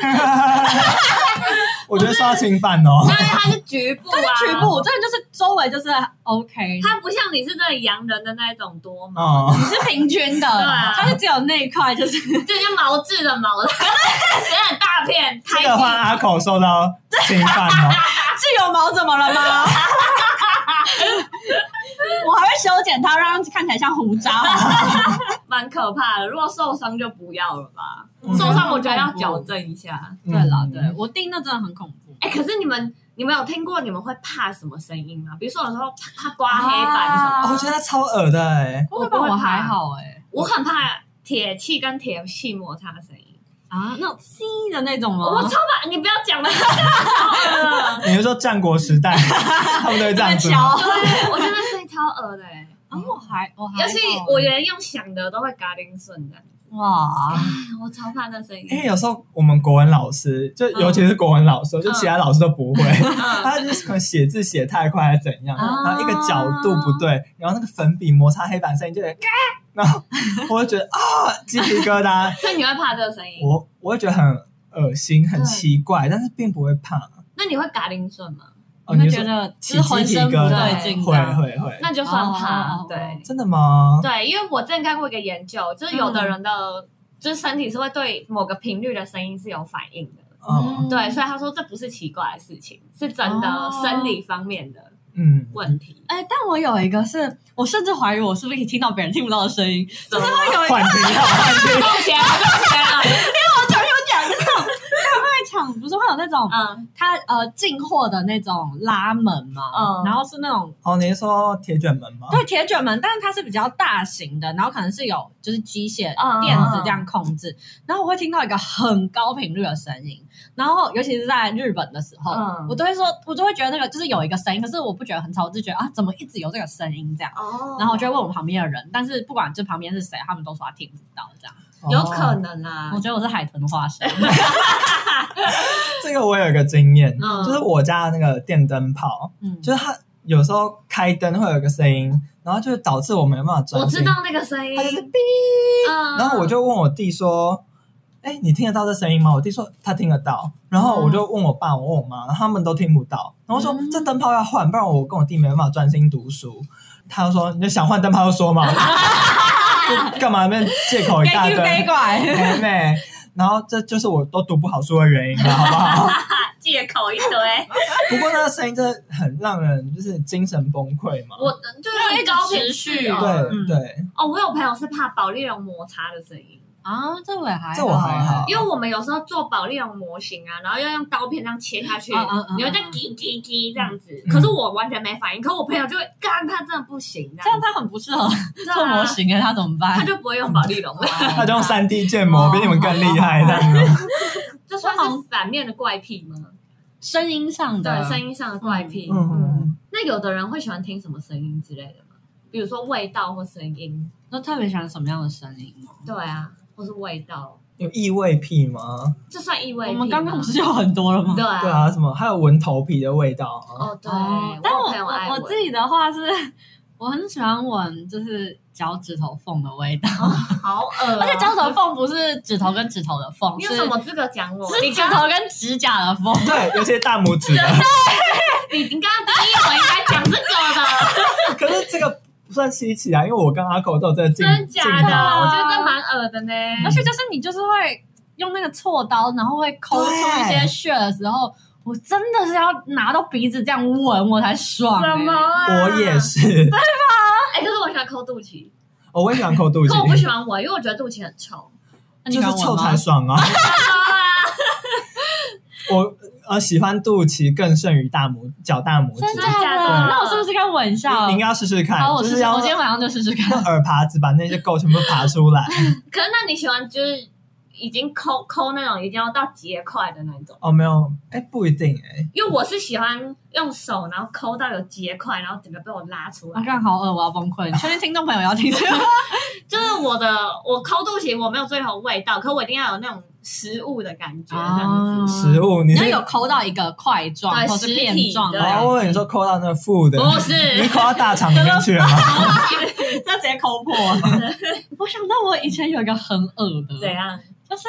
Speaker 2: 我觉得受到侵犯哦。
Speaker 4: 因为它是局部啊，
Speaker 3: 局部，真的就是周围就是 OK，
Speaker 4: 它不像你是那洋人的那一种多毛，
Speaker 2: 哦，
Speaker 3: 你是平均的，
Speaker 4: 啊
Speaker 3: 它是只有那一块就是
Speaker 4: 就像毛质的毛， 也很大片，
Speaker 2: 这个话阿口受到侵犯哦。
Speaker 3: 是有毛怎么了吗？ 我还会修剪它，让它看起来像胡渣。 哦
Speaker 4: 蛮可怕的。如果受伤就不要了吧，
Speaker 2: 嗯
Speaker 4: 受伤我觉得要矫正一下。
Speaker 3: 对了，对我弟那真的很恐怖。
Speaker 4: 哎、可是你们你们有听过你们会怕什么声音吗？比如说有时候啪啪刮黑板什么，
Speaker 2: 哦，我觉得超恶的哎、
Speaker 3: 我会吧，我还好哎、
Speaker 4: 我很怕铁器跟铁器摩擦的声音。
Speaker 3: 啊，那种吸的那种吗？
Speaker 4: 我超怕，你不要讲了，哦超恶的
Speaker 2: 你是说战国时代他们都会这
Speaker 3: 在
Speaker 2: 样子吗？
Speaker 3: 敲。
Speaker 4: 对，我觉得那声音超恶的、欸，
Speaker 3: 啊，我还我还好
Speaker 4: 尤其我连用想的都会嘎铃顺的，
Speaker 3: 哇，
Speaker 4: 哎我超怕那声音。
Speaker 2: 因为有时候我们国文老师，就
Speaker 3: 嗯
Speaker 2: 尤其是国文老师，就其他老师都不会，
Speaker 4: 嗯
Speaker 2: 他就是可能写字写太快还是怎样，
Speaker 3: 啊
Speaker 2: 然后一个角度不对，然后那个粉笔摩擦黑板声音就有嘎，然后我就觉得啊鸡皮疙瘩，
Speaker 4: 所以你会怕这个声音？
Speaker 2: 我我会觉得很恶心、很奇怪，但是并不会怕。
Speaker 4: 那你会嘎铃顺吗？
Speaker 2: 哦，
Speaker 3: 你会
Speaker 2: 你
Speaker 3: 觉
Speaker 2: 说
Speaker 3: 得就是浑身不对劲，
Speaker 2: 会会会，
Speaker 4: 那就算怕，
Speaker 3: 哦
Speaker 4: 对
Speaker 2: 真的吗？
Speaker 4: 对，因为我之前看过一个研究，就是有
Speaker 3: 嗯
Speaker 4: 的人的、就是身体是会对某个频率的声音是有反应的，
Speaker 2: 嗯
Speaker 3: 嗯
Speaker 4: 对，所以他说这不是奇怪的事情，是真的
Speaker 3: 哦
Speaker 4: 生理方面的
Speaker 2: 嗯，
Speaker 4: 问题。
Speaker 3: 哎、但我有一个是，我甚至怀疑我是不是可以听到别人听不到的声音，就是会有一个
Speaker 2: 换题了，换题
Speaker 4: 中邪了，中邪了，
Speaker 3: 我讲有讲就是那种大卖场不是会有那
Speaker 2: 啊
Speaker 3: 种
Speaker 4: 嗯，
Speaker 3: 它呃进货的那种拉门嘛，
Speaker 4: 嗯
Speaker 3: 然后是那种
Speaker 2: 哦，你是说铁卷门吗？
Speaker 3: 对铁卷门，但是它是比较大型的，然后可能是有就是机械
Speaker 4: 嗯
Speaker 3: 电子这样控制，然后我会听到一个很高频率的声音，然后尤其是在日本的时候，
Speaker 4: 嗯
Speaker 3: 我都会说，我就会觉得那个就是有一个声音，可是我不觉得很吵，我就觉得啊怎么一直有这个声音这样。
Speaker 4: 哦
Speaker 3: 然后我就会问我旁边的人，但是不管这旁边是谁，他们都说他听不到这样。
Speaker 2: 哦，
Speaker 4: 有可能啊啦
Speaker 3: 我，觉得我是海豚化 身，
Speaker 2: 这个我有一个经验，
Speaker 4: 嗯
Speaker 2: 就是我家的那个电灯泡，
Speaker 3: 嗯，
Speaker 2: 就是它有时候开灯会有一个声音，然后就导致我没办法
Speaker 4: 我
Speaker 2: 专心。
Speaker 4: 知道那个声音
Speaker 2: 它，哦就是哔，
Speaker 4: 嗯，
Speaker 2: 然后我就问我弟说：“哎、你听得到这声音吗？”我弟说他听得到，然后我就
Speaker 4: 嗯
Speaker 2: 问我爸，我问我妈，然后他们都听不到。然后我说、
Speaker 3: 嗯
Speaker 2: 这灯泡要换，不然我跟我弟没办法专心读书。他就说：“你就想换灯泡就说嘛， 就干嘛那边借口一大
Speaker 3: 给给
Speaker 2: 堆，
Speaker 3: 拐，
Speaker 2: 妹妹。”然后这就是我都读不好书的原因了，好不好？
Speaker 4: 借口 一堆，
Speaker 2: 不过那个声音真的很让人就是精神崩溃嘛。
Speaker 4: 我就是高频率
Speaker 2: 对、
Speaker 4: 哦。
Speaker 3: 嗯
Speaker 2: 对，
Speaker 4: 哦，我有朋友是怕保利龙摩擦的声音。
Speaker 3: 啊，这我还
Speaker 2: 这我还好
Speaker 4: 因为我们有时候做保利龙模型啊，然后要用刀片这样切下去，
Speaker 3: 嗯嗯嗯
Speaker 4: 你会在滴滴滴这样子。
Speaker 2: 嗯
Speaker 4: 可是我完全没反应，可我朋友就会干，他真的不行，
Speaker 3: 这样他很不适合
Speaker 4: 对啊
Speaker 3: 做模，型哎，他怎么办？
Speaker 4: 啊他就不会用保利龙了，
Speaker 2: 他就用三 D 建
Speaker 4: 哦
Speaker 2: 模，比你们更厉害这样子。
Speaker 4: 这算是反面的怪癖吗？
Speaker 3: 声音上的
Speaker 4: 对，声音上的怪癖。嗯，
Speaker 2: 嗯，
Speaker 4: 那有的人会喜欢听什么声音之类的吗？比如说味道或声音，
Speaker 3: 都特别喜欢什么样的声音吗？
Speaker 4: 对啊，或是味道，
Speaker 2: 有异味癖吗？
Speaker 4: 这算异味癖
Speaker 3: 我
Speaker 4: 吗？
Speaker 3: 们刚刚不是有很多了吗
Speaker 4: 对？啊，
Speaker 2: 对啊，什么还有闻头皮的味道啊？
Speaker 4: 哦对
Speaker 3: 哦，，但
Speaker 4: 有
Speaker 3: 我
Speaker 4: 朋友爱
Speaker 3: 我我
Speaker 4: 闻
Speaker 3: 自己的话是，我很喜欢闻就是脚趾头缝的味 道，
Speaker 4: 好恶、
Speaker 3: 而且脚趾头缝不是指头跟指头的缝，
Speaker 4: 啊你
Speaker 3: 是
Speaker 4: 有什么资格讲我？
Speaker 3: 是
Speaker 4: 你
Speaker 3: 指
Speaker 4: 刚
Speaker 3: 头跟指甲的
Speaker 4: 哦
Speaker 3: 缝。
Speaker 2: 对，尤其是大拇 指的。
Speaker 4: 你你刚刚第一回应该讲这个 的，
Speaker 2: 可是这个不算稀奇啊，因为我跟阿狗都有这个镜
Speaker 4: 真
Speaker 2: 镜
Speaker 4: 假的？
Speaker 2: 头。
Speaker 4: 啊我觉得这蛮恶的呢。
Speaker 3: 而且就是你就是会用那个锉刀，然后会抠出一些血的时候，我真的是要拿到鼻子这样闻我才爽、欸。
Speaker 4: 什么、？啊？
Speaker 2: 我也。 是，
Speaker 4: 哎、可是我喜欢抠肚脐，
Speaker 2: 哦我也喜欢抠肚
Speaker 4: 可我不喜
Speaker 2: 脐，
Speaker 4: 欢闻，因为我觉得肚脐很臭。
Speaker 3: 那你
Speaker 2: 就
Speaker 3: 喜
Speaker 2: 是
Speaker 3: 欢闻
Speaker 2: 臭
Speaker 3: 吗
Speaker 2: 才？爽啊！我呃喜欢肚脐更胜于大拇脚大拇
Speaker 3: 真
Speaker 4: 真
Speaker 3: 的
Speaker 2: 指
Speaker 4: 的啊
Speaker 3: 假
Speaker 4: 假
Speaker 3: 的？
Speaker 4: 的
Speaker 3: 那我是不是该闻一下？
Speaker 2: 你，你应该要试试看，
Speaker 3: 好，我
Speaker 2: 就
Speaker 3: 试
Speaker 2: 是
Speaker 3: 试。
Speaker 2: 要
Speaker 3: 我今天晚上就试试看
Speaker 2: 用。耳耙子把那些垢全部爬出来。
Speaker 4: 可是那你喜欢就是已经抠抠那种已经要到结块的那种？
Speaker 2: 哦，没有，哎，不一定哎，
Speaker 4: 因为我是喜欢用手，然后抠到有结块，然后整个被我拉出
Speaker 3: 啊，
Speaker 4: 来。
Speaker 3: 这样好饿，我要崩溃了。 确定听众朋友要听这个？
Speaker 4: 就是我的，我抠肚脐我没有追求味道，可我一定要有那种食物的感觉，这样子。
Speaker 2: 食物你
Speaker 3: 你要
Speaker 2: 是
Speaker 3: 有抠到一个块状
Speaker 4: 对
Speaker 3: 或是
Speaker 4: 实体
Speaker 3: 链状的
Speaker 4: 对
Speaker 2: 哦，
Speaker 3: 样 子，
Speaker 2: 我以为你说抠到那个负的，
Speaker 4: 不
Speaker 2: 你是
Speaker 4: 是，
Speaker 2: 抠到大肠里面去了吗？
Speaker 3: 这直接抠破。 我想到我以前有一个很恶的，
Speaker 2: 啊
Speaker 4: 怎样？
Speaker 3: 就是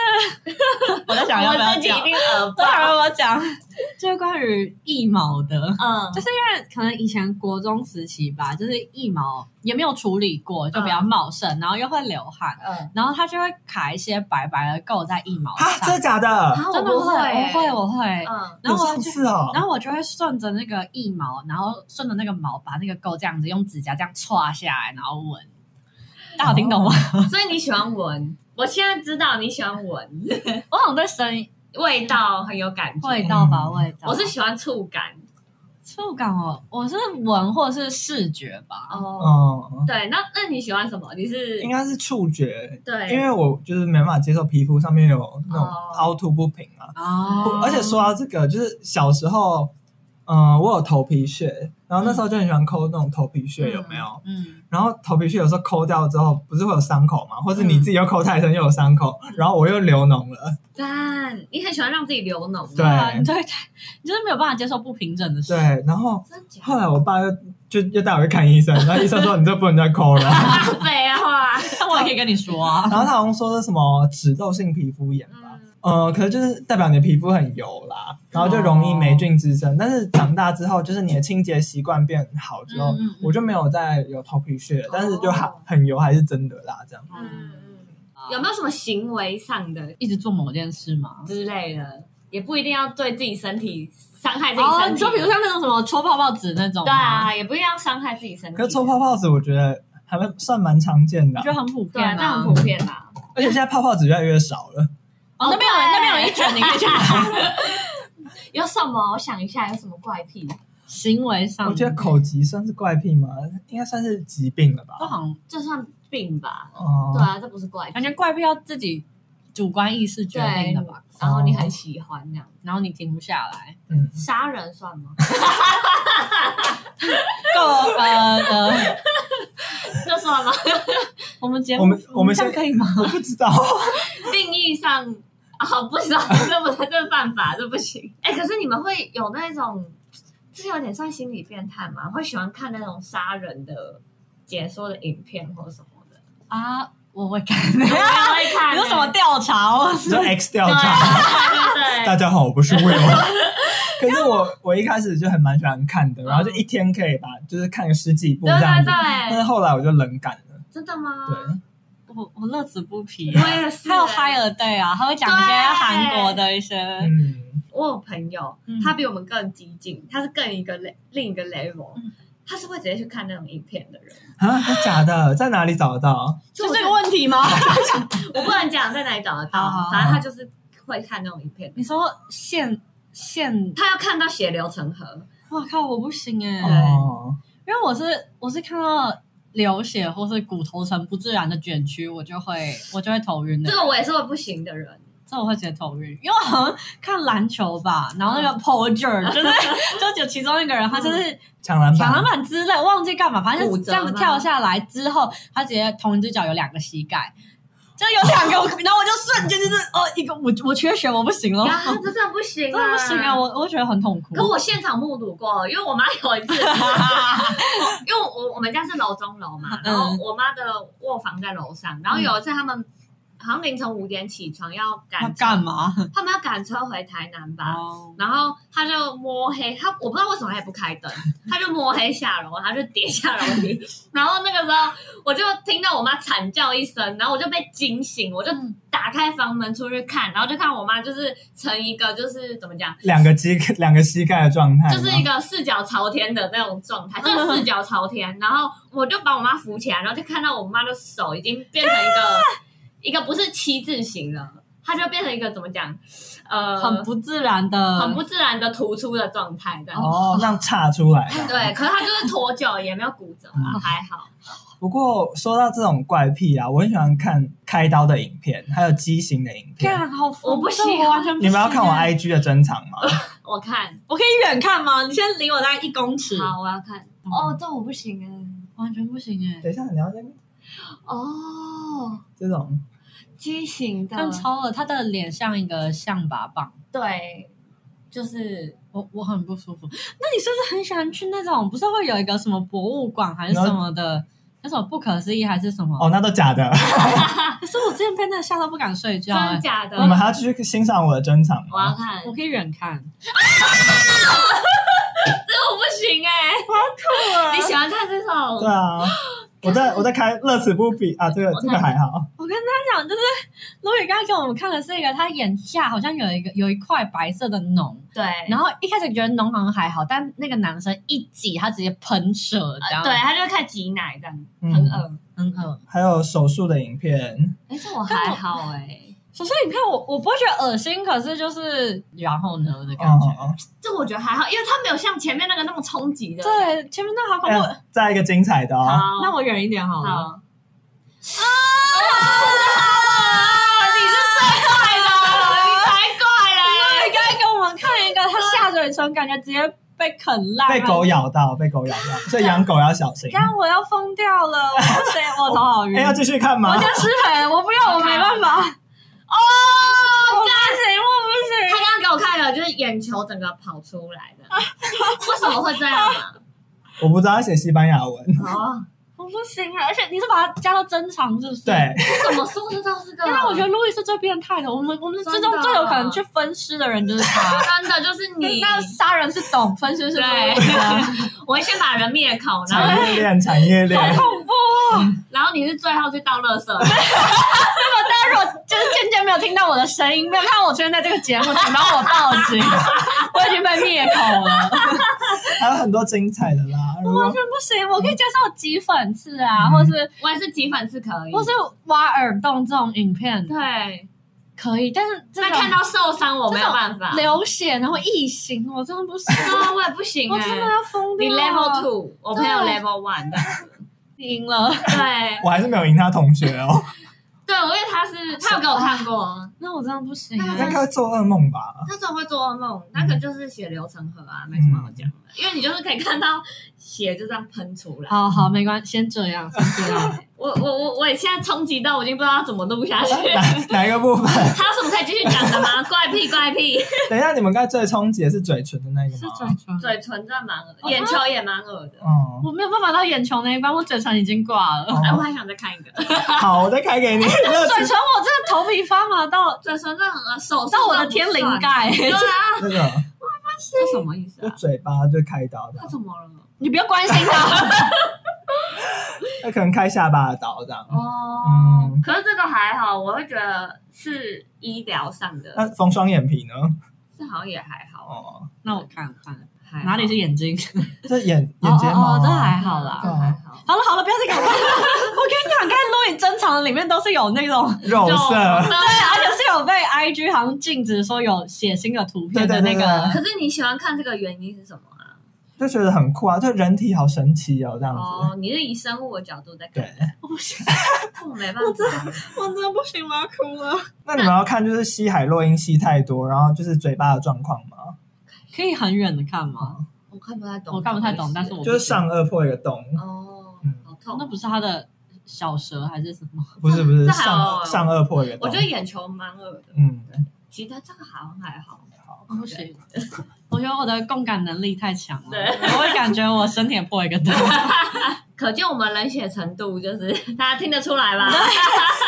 Speaker 3: 我在想要
Speaker 4: 我
Speaker 3: 不要
Speaker 4: 自己
Speaker 3: 讲
Speaker 4: 一，定耳
Speaker 3: 我在想
Speaker 4: 爆。
Speaker 3: 要不要讲， 就是关于腋毛的。
Speaker 4: 嗯
Speaker 3: 就是因为可能以前国中时期吧，就是腋毛也没有处理过，就比
Speaker 2: 嗯
Speaker 3: 较茂盛，然后又会流汗，
Speaker 4: 嗯，
Speaker 3: 然后它就会卡一些白白的垢在腋毛
Speaker 2: 啊，真
Speaker 3: 上
Speaker 2: 的。假的？
Speaker 4: 啊
Speaker 3: 真的会，我会，
Speaker 4: 欸
Speaker 3: 我会。
Speaker 4: 嗯，
Speaker 3: 然后我
Speaker 2: 有
Speaker 3: 就
Speaker 2: 上，次哦，
Speaker 3: 然后我就会顺着那个腋毛，然后顺着那个毛，把那个垢这样子用指甲这样歘下来，然后闻。大家有听懂吗？
Speaker 4: 所以你喜欢闻？我现在知道你喜欢闻
Speaker 2: 哦
Speaker 3: 我好像对声音
Speaker 4: 味道，很有感觉。
Speaker 3: 味道吧，
Speaker 2: 嗯
Speaker 3: 味道。
Speaker 4: 我是喜欢触感
Speaker 3: 触感哦，我是闻或是视觉吧。
Speaker 4: 哦。
Speaker 2: 嗯，
Speaker 4: 对，那那你喜欢什么？你是
Speaker 2: 应该是触觉，
Speaker 4: 对，
Speaker 2: 因为我就是没办法接受皮肤上面有那种
Speaker 4: 哦
Speaker 2: 凹凸不平啊。不
Speaker 3: 哦
Speaker 2: 而且说到这个，就是小时候，嗯、我有头皮屑，然后那时候就很喜欢抠那种头皮屑，
Speaker 4: 嗯
Speaker 2: 有没有？
Speaker 3: 嗯，
Speaker 2: 然后头皮屑有时候抠掉之后，不是会有伤口嘛？或者
Speaker 3: 嗯
Speaker 2: 你自己又抠太深又有伤口，然后我又流脓了，
Speaker 4: 但你很喜欢让自己流脓，
Speaker 2: 对
Speaker 3: 对啊，你就会，你就是没有办法接受不平整的事。
Speaker 2: 对，然后
Speaker 4: 真假
Speaker 2: 后来我爸又就又带我去看医生，然后医生说你这不能再 抠了，
Speaker 4: 大废话，
Speaker 3: 但 我也可以跟你说啊，
Speaker 2: 然后他好像说是什么脂漏性皮肤炎吧。
Speaker 4: 嗯，
Speaker 2: 呃，可能就是代表你的皮肤很油啦，然后就容易霉菌滋
Speaker 3: 哦
Speaker 2: 生。但是长大之后，就是你的清洁习惯变好之后，
Speaker 3: 嗯嗯嗯
Speaker 2: 我就没有再有头皮屑了，但是就还
Speaker 4: 哦
Speaker 2: 很油还是真的啦，这样。
Speaker 4: 嗯有没有什么行为上的
Speaker 3: 一直做某件事吗？
Speaker 4: 之类的，也不一定要对自己身体伤害自己身
Speaker 3: 哦，
Speaker 4: 体。
Speaker 3: 你说比如像那种什么戳泡泡纸那种，
Speaker 4: 对，啊，也不一定要伤害自己身体。
Speaker 2: 可是抽泡泡纸，我觉得还蛮算蛮常见
Speaker 3: 我
Speaker 2: 的啊、
Speaker 3: 觉得很普
Speaker 4: 对
Speaker 3: 遍
Speaker 4: 啊，这样
Speaker 3: 啊
Speaker 4: 很。普遍吧。
Speaker 2: 而且现在泡泡纸越来越少了。
Speaker 3: 哦，那边有
Speaker 4: 对
Speaker 3: 那边有一卷，你可以去
Speaker 4: 哦啊
Speaker 3: 拿。
Speaker 4: 有什么？我想一下，有什么怪癖？
Speaker 3: 行为上，
Speaker 4: 嗯
Speaker 2: 我觉得口疾算是怪癖吗？应该算是疾病了吧
Speaker 3: 都。好像
Speaker 4: 这算病吧？
Speaker 2: 哦、
Speaker 4: 对啊，这不是怪
Speaker 3: 感
Speaker 4: 癖。
Speaker 3: 觉怪癖要自己主观意识决定的吧，
Speaker 4: 然后你很喜欢那样，
Speaker 3: 然后你停不下来，
Speaker 2: 嗯，
Speaker 4: 杀人算吗？
Speaker 3: 够呃呃，
Speaker 4: 这算吗？
Speaker 3: 我们节目
Speaker 2: 我们我们
Speaker 3: 这样
Speaker 2: 先
Speaker 3: 可以吗？
Speaker 2: 我不知 道。
Speaker 4: 定义上啊，不知道，这不这犯法，这不行。哎、可是你们会有那种，这有点算心理变态嘛？会喜欢看那种杀人的解说的影片或什么的？
Speaker 3: 啊，我会看，
Speaker 4: 我也会看、
Speaker 3: 有什么？调查或
Speaker 2: 就是 X 调
Speaker 4: 对
Speaker 2: 查。
Speaker 4: 对对
Speaker 2: 大
Speaker 4: 对，
Speaker 2: 家好，我不 是 Will。可是我我一开始就很蛮喜欢看的，然后就一天可以把就是看个十几部这
Speaker 4: 嗯对
Speaker 2: 样
Speaker 4: 对
Speaker 2: 子。但是
Speaker 4: 对，
Speaker 2: 后来我就冷感了，
Speaker 4: 真的吗？
Speaker 2: 对，
Speaker 3: 我我乐此不疲啊。
Speaker 4: 我也是。
Speaker 3: 还有 Higher Day 啊，他会讲一些
Speaker 4: 对
Speaker 3: 韩国的一些，
Speaker 2: 嗯，
Speaker 4: 我有朋友
Speaker 3: 嗯，
Speaker 4: 他比我们更激进，他是更一个 le- 另一个 level，、
Speaker 3: 嗯
Speaker 4: 他是会直接去看那种影片的人。
Speaker 2: 啊，真假的，在哪里找得到？
Speaker 3: 是这个问题吗？
Speaker 4: 嗯我不能讲在哪里找得
Speaker 3: 好
Speaker 4: 到
Speaker 3: 好好，
Speaker 4: 反正他就是会看那种影片，
Speaker 3: 你说现现，
Speaker 4: 他要看到血流成河。
Speaker 3: 我靠，我不行哎、
Speaker 2: 哦，
Speaker 3: 因为我是我是看到流血或是骨头层不自然的卷曲，我就会我就会头晕的。
Speaker 4: 这个我也是会不行的人，
Speaker 3: 这我会直接头晕，因为我好像看篮球吧，然后那个 Porter 就是就有其中一个人，他就是
Speaker 2: 抢篮
Speaker 3: 抢篮
Speaker 2: 板，
Speaker 3: 板之类，忘记干嘛，反正就
Speaker 4: 骨
Speaker 3: 是
Speaker 4: 折
Speaker 3: 这样子
Speaker 4: 吗
Speaker 3: 跳下来之后，他直接同一只脚有两个膝盖，就是有两个，我然后我就瞬间就是哦，一个我我缺血，我不行了，
Speaker 4: 啊，这真的不行、
Speaker 3: 哦 真
Speaker 4: 啊，
Speaker 3: 的不行啊，我我觉得很痛苦。
Speaker 4: 可我现场目睹过，因为我妈有 一次，因为我我们家是楼中楼嘛，然
Speaker 3: 嗯
Speaker 4: 后我妈的卧房在楼上，然后有一次他们好像凌晨五点起床要
Speaker 3: 要
Speaker 4: 赶车
Speaker 3: 干？嘛？
Speaker 4: 他们要赶车回台南吧。
Speaker 3: 哦
Speaker 4: 然后他就摸黑，他我不知道为什么他也不开灯，他就摸黑下楼，他就跌下楼 梯。然后那个时候我就听到我妈惨叫一声，然后我就被惊醒，我就
Speaker 3: 嗯
Speaker 4: 打开房门出去看，然后就看我妈就是成一个就是怎么讲，
Speaker 2: 两个膝盖两个膝盖的状态吗，
Speaker 4: 就是一个四脚朝天的那种状态，就是四脚朝天。然后我就把我妈扶起来，然后就看到我妈的手已经变成一
Speaker 3: 啊
Speaker 4: 个一个不是七字形了，它就变成一个怎么讲，呃，
Speaker 3: 很不嗯自然的，
Speaker 4: 很不自然的突出的状态这样。
Speaker 2: 哦，这样岔出来 的。
Speaker 4: 对，可是它就是脱臼，也没有骨折啊，还好。
Speaker 2: 不过说到这种怪癖啊，我很喜欢看开刀的影片，还有畸形的影片。
Speaker 3: 干好疯，
Speaker 4: 我不
Speaker 3: 这
Speaker 4: 喜欢
Speaker 3: 完全不
Speaker 2: 你们要看我
Speaker 3: 行欸
Speaker 2: IG 的珍藏 吗？
Speaker 4: 我看
Speaker 3: 我可以远看吗？你先离我大概一公尺，
Speaker 4: 好，我要看。哦，这我不行哎。
Speaker 3: 完全不行哎、
Speaker 2: 等一下，你要先
Speaker 4: 哦，
Speaker 2: 这种
Speaker 4: 畸形的，
Speaker 3: 但超了，他的脸像一个象拔蚌，
Speaker 4: 对，就是
Speaker 3: 我我很不舒服。那你是不是很喜欢去那种？不是会有一个什么博物馆还是什么的？那种不可思议还是什么？
Speaker 2: 哦，那都假的。
Speaker 3: 可是我之前被那个吓到不敢睡觉、
Speaker 4: 真
Speaker 3: 欸
Speaker 4: 的。假的
Speaker 2: 你。们还要继续欣赏我的珍藏
Speaker 4: 我要
Speaker 2: 吗？
Speaker 4: 看，
Speaker 3: 我可以远看，
Speaker 4: 我不行哎、你喜欢看这种？
Speaker 2: 对啊，我在我在开乐此不疲啊，这个
Speaker 4: 我看
Speaker 2: 这个还好。
Speaker 3: 我跟他讲，就是罗宇刚刚给我们看的是一个，他眼下好像有一个有一块白色的脓，
Speaker 4: 对，
Speaker 3: 然后一开始觉得脓好像还好，但那个男生一挤，他直接喷射，这样、
Speaker 4: 呃对，啊他就看挤奶这样，
Speaker 2: 嗯
Speaker 4: 很恶。
Speaker 3: 很恶。
Speaker 2: 还有手术的影片，
Speaker 4: 哎、这我还好哎、
Speaker 3: 所以你看我，我不会觉得恶心，可是就是然后呢的感觉。
Speaker 2: 哦，
Speaker 4: 这我觉得还好，因为他没有像前面那个那么冲击的。，
Speaker 3: 对，前面那好恐
Speaker 2: 哎
Speaker 3: 怖，
Speaker 2: 呀再一个精彩的
Speaker 4: 好，
Speaker 2: 哦，
Speaker 3: 那我远一点好
Speaker 4: 好。
Speaker 3: 了。
Speaker 4: 啊！你是最怪的，你才怪嘞！
Speaker 3: 对，刚才给我们看一个，他下嘴唇感觉直接被啃烂，
Speaker 2: 被狗。咬到，被狗咬到，所以养狗要小心。
Speaker 3: 但我要疯掉了，我谁？ 我头好晕。
Speaker 2: 哎，要继续看
Speaker 3: 我
Speaker 2: 吗
Speaker 3: 就？失衡，我不要，我没办法，我不
Speaker 4: 哦，
Speaker 3: 行，我
Speaker 4: 他
Speaker 3: 不行。
Speaker 4: 刚刚给我看了，就是眼球整个跑出来的，为什么会这样 啊？
Speaker 2: 我不知道要写西班牙文。
Speaker 4: 哦，
Speaker 3: 我不行了，而且你是把它加到珍藏，是不是？
Speaker 2: 对，
Speaker 4: 怎么说得到这个？
Speaker 3: 因为我觉得路易是最变态的，我们我们之中最有可能去分尸的人就是他。
Speaker 4: 真的就是你，
Speaker 3: 那杀人是懂，分尸是不
Speaker 4: 对
Speaker 3: 懂的。
Speaker 4: 我会先把人灭口，然后
Speaker 2: 产业链，产业链。
Speaker 3: 好恐怖哦！
Speaker 4: 然后你是最后去倒垃圾的。
Speaker 3: 大家如果就是渐渐没有听到我的声音，没有看到我出现在这个节目，请帮我报警，我已经被灭口了。
Speaker 2: 还有很多精彩的啦。如
Speaker 3: 完
Speaker 2: 果
Speaker 3: 全不行，我可以接受挤粉刺啊，或是
Speaker 4: 我也是挤粉是可以，
Speaker 3: 或是挖耳洞这种影片
Speaker 4: 对，
Speaker 3: 可以，但是这
Speaker 4: 但
Speaker 3: 种
Speaker 4: 看到受伤我没有办法，
Speaker 3: 流血然后异形，我真的不行，
Speaker 4: 啊， 我也不行
Speaker 3: 我
Speaker 4: 哎、
Speaker 3: 真的要疯
Speaker 4: 你
Speaker 3: 掉了。
Speaker 4: level two，我朋友
Speaker 3: 对
Speaker 4: level one 的，
Speaker 3: 你赢了，
Speaker 4: 对
Speaker 2: 我还是没有赢他同学 哦，
Speaker 4: 对，我因为他是他有给我看过，
Speaker 3: 那我真的不行
Speaker 4: 那
Speaker 2: 他应
Speaker 3: 啊。
Speaker 2: 该会做噩梦吧？
Speaker 4: 他总会做噩梦，那个就是血流成河啊，没什么好讲的，因为你就是可以看到血就这样喷出来。
Speaker 3: 好好，没关系，先这样，先这样。
Speaker 4: 我我我我也现在冲击到我已经不知道怎么录 下去，
Speaker 2: 哪哪一 个部分？
Speaker 4: 还有什么可以继续讲的吗？怪癖怪 癖，
Speaker 2: 等一下，你们刚才最冲击的是嘴唇的那一个
Speaker 3: 是
Speaker 2: 吗？
Speaker 3: 嘴唇，
Speaker 4: 嘴唇真的蛮恶，眼球也蛮恶的。
Speaker 2: 哦，
Speaker 3: 我没有办法到眼球那一关，我嘴唇已经挂 了。
Speaker 4: 哎，我
Speaker 2: 哦
Speaker 4: 还想再看一个，
Speaker 2: 好，我再开 给你。乐
Speaker 3: 嘴
Speaker 2: 此
Speaker 3: 唇我真的头皮发麻到
Speaker 4: 嘴唇真的很恶，手
Speaker 3: 到我的天灵
Speaker 4: 感。
Speaker 3: 盖，
Speaker 4: 对啊，
Speaker 2: 那个
Speaker 4: 这什么意思
Speaker 2: 就
Speaker 4: 啊？
Speaker 2: 嘴巴就开刀的
Speaker 4: 他，怎么了？
Speaker 3: 你不要关心他。
Speaker 2: 那可能开下巴的刀这样。
Speaker 4: 哦
Speaker 2: 嗯，
Speaker 4: 可是这个还好，我会觉得是医疗上的，
Speaker 2: 那缝双眼皮呢？
Speaker 4: 这好像也还好。
Speaker 2: 哦，
Speaker 3: 那我看看
Speaker 4: 还好
Speaker 3: 哪里是眼睛？
Speaker 2: 这眼眼睫
Speaker 3: 哦
Speaker 2: 毛
Speaker 3: 哦，这还
Speaker 2: 啊，
Speaker 3: 好啦
Speaker 4: 这。还好。
Speaker 3: 好了好了，不要再给我看 了。我跟你讲，刚才录影珍藏的里面都是有那 种，
Speaker 2: 肉色。
Speaker 4: 对
Speaker 3: 对，而且是有被 IG 好像禁止说有血腥的图片的那
Speaker 2: 对对对
Speaker 3: 个
Speaker 2: 对。
Speaker 4: 可是你喜欢看这个原因是什么啊？
Speaker 2: 就觉得很酷啊！这人体好神奇哦，这样子。
Speaker 4: 哦，你是以生物的角度在
Speaker 2: 对
Speaker 4: 看，，
Speaker 3: 我不行，
Speaker 4: 我没办法。
Speaker 3: 我真的不行，我要哭了。
Speaker 2: 那你们要看就是吸海洛因吸太多，然后就是嘴巴的状况吗？
Speaker 3: 可以很远的看吗？
Speaker 4: 我看不太懂，
Speaker 3: 我看不太懂，但是我不
Speaker 2: 就是
Speaker 3: 行
Speaker 2: 上颚破一个洞，
Speaker 4: 哦，好痛，
Speaker 3: 那不是他的小蛇还是什么？
Speaker 2: 不是不是
Speaker 4: 这还
Speaker 2: 上
Speaker 4: 好
Speaker 2: 上颚破员，
Speaker 4: 我觉得眼球蛮恶的，
Speaker 2: 嗯，
Speaker 4: 其他这个好像还好。
Speaker 3: 不行，哦 我觉得我的共感能力太强了，
Speaker 4: 对
Speaker 3: 我会感觉我身体也破一个洞。
Speaker 4: 可见我们冷血程度，就是 大家听得出来吧？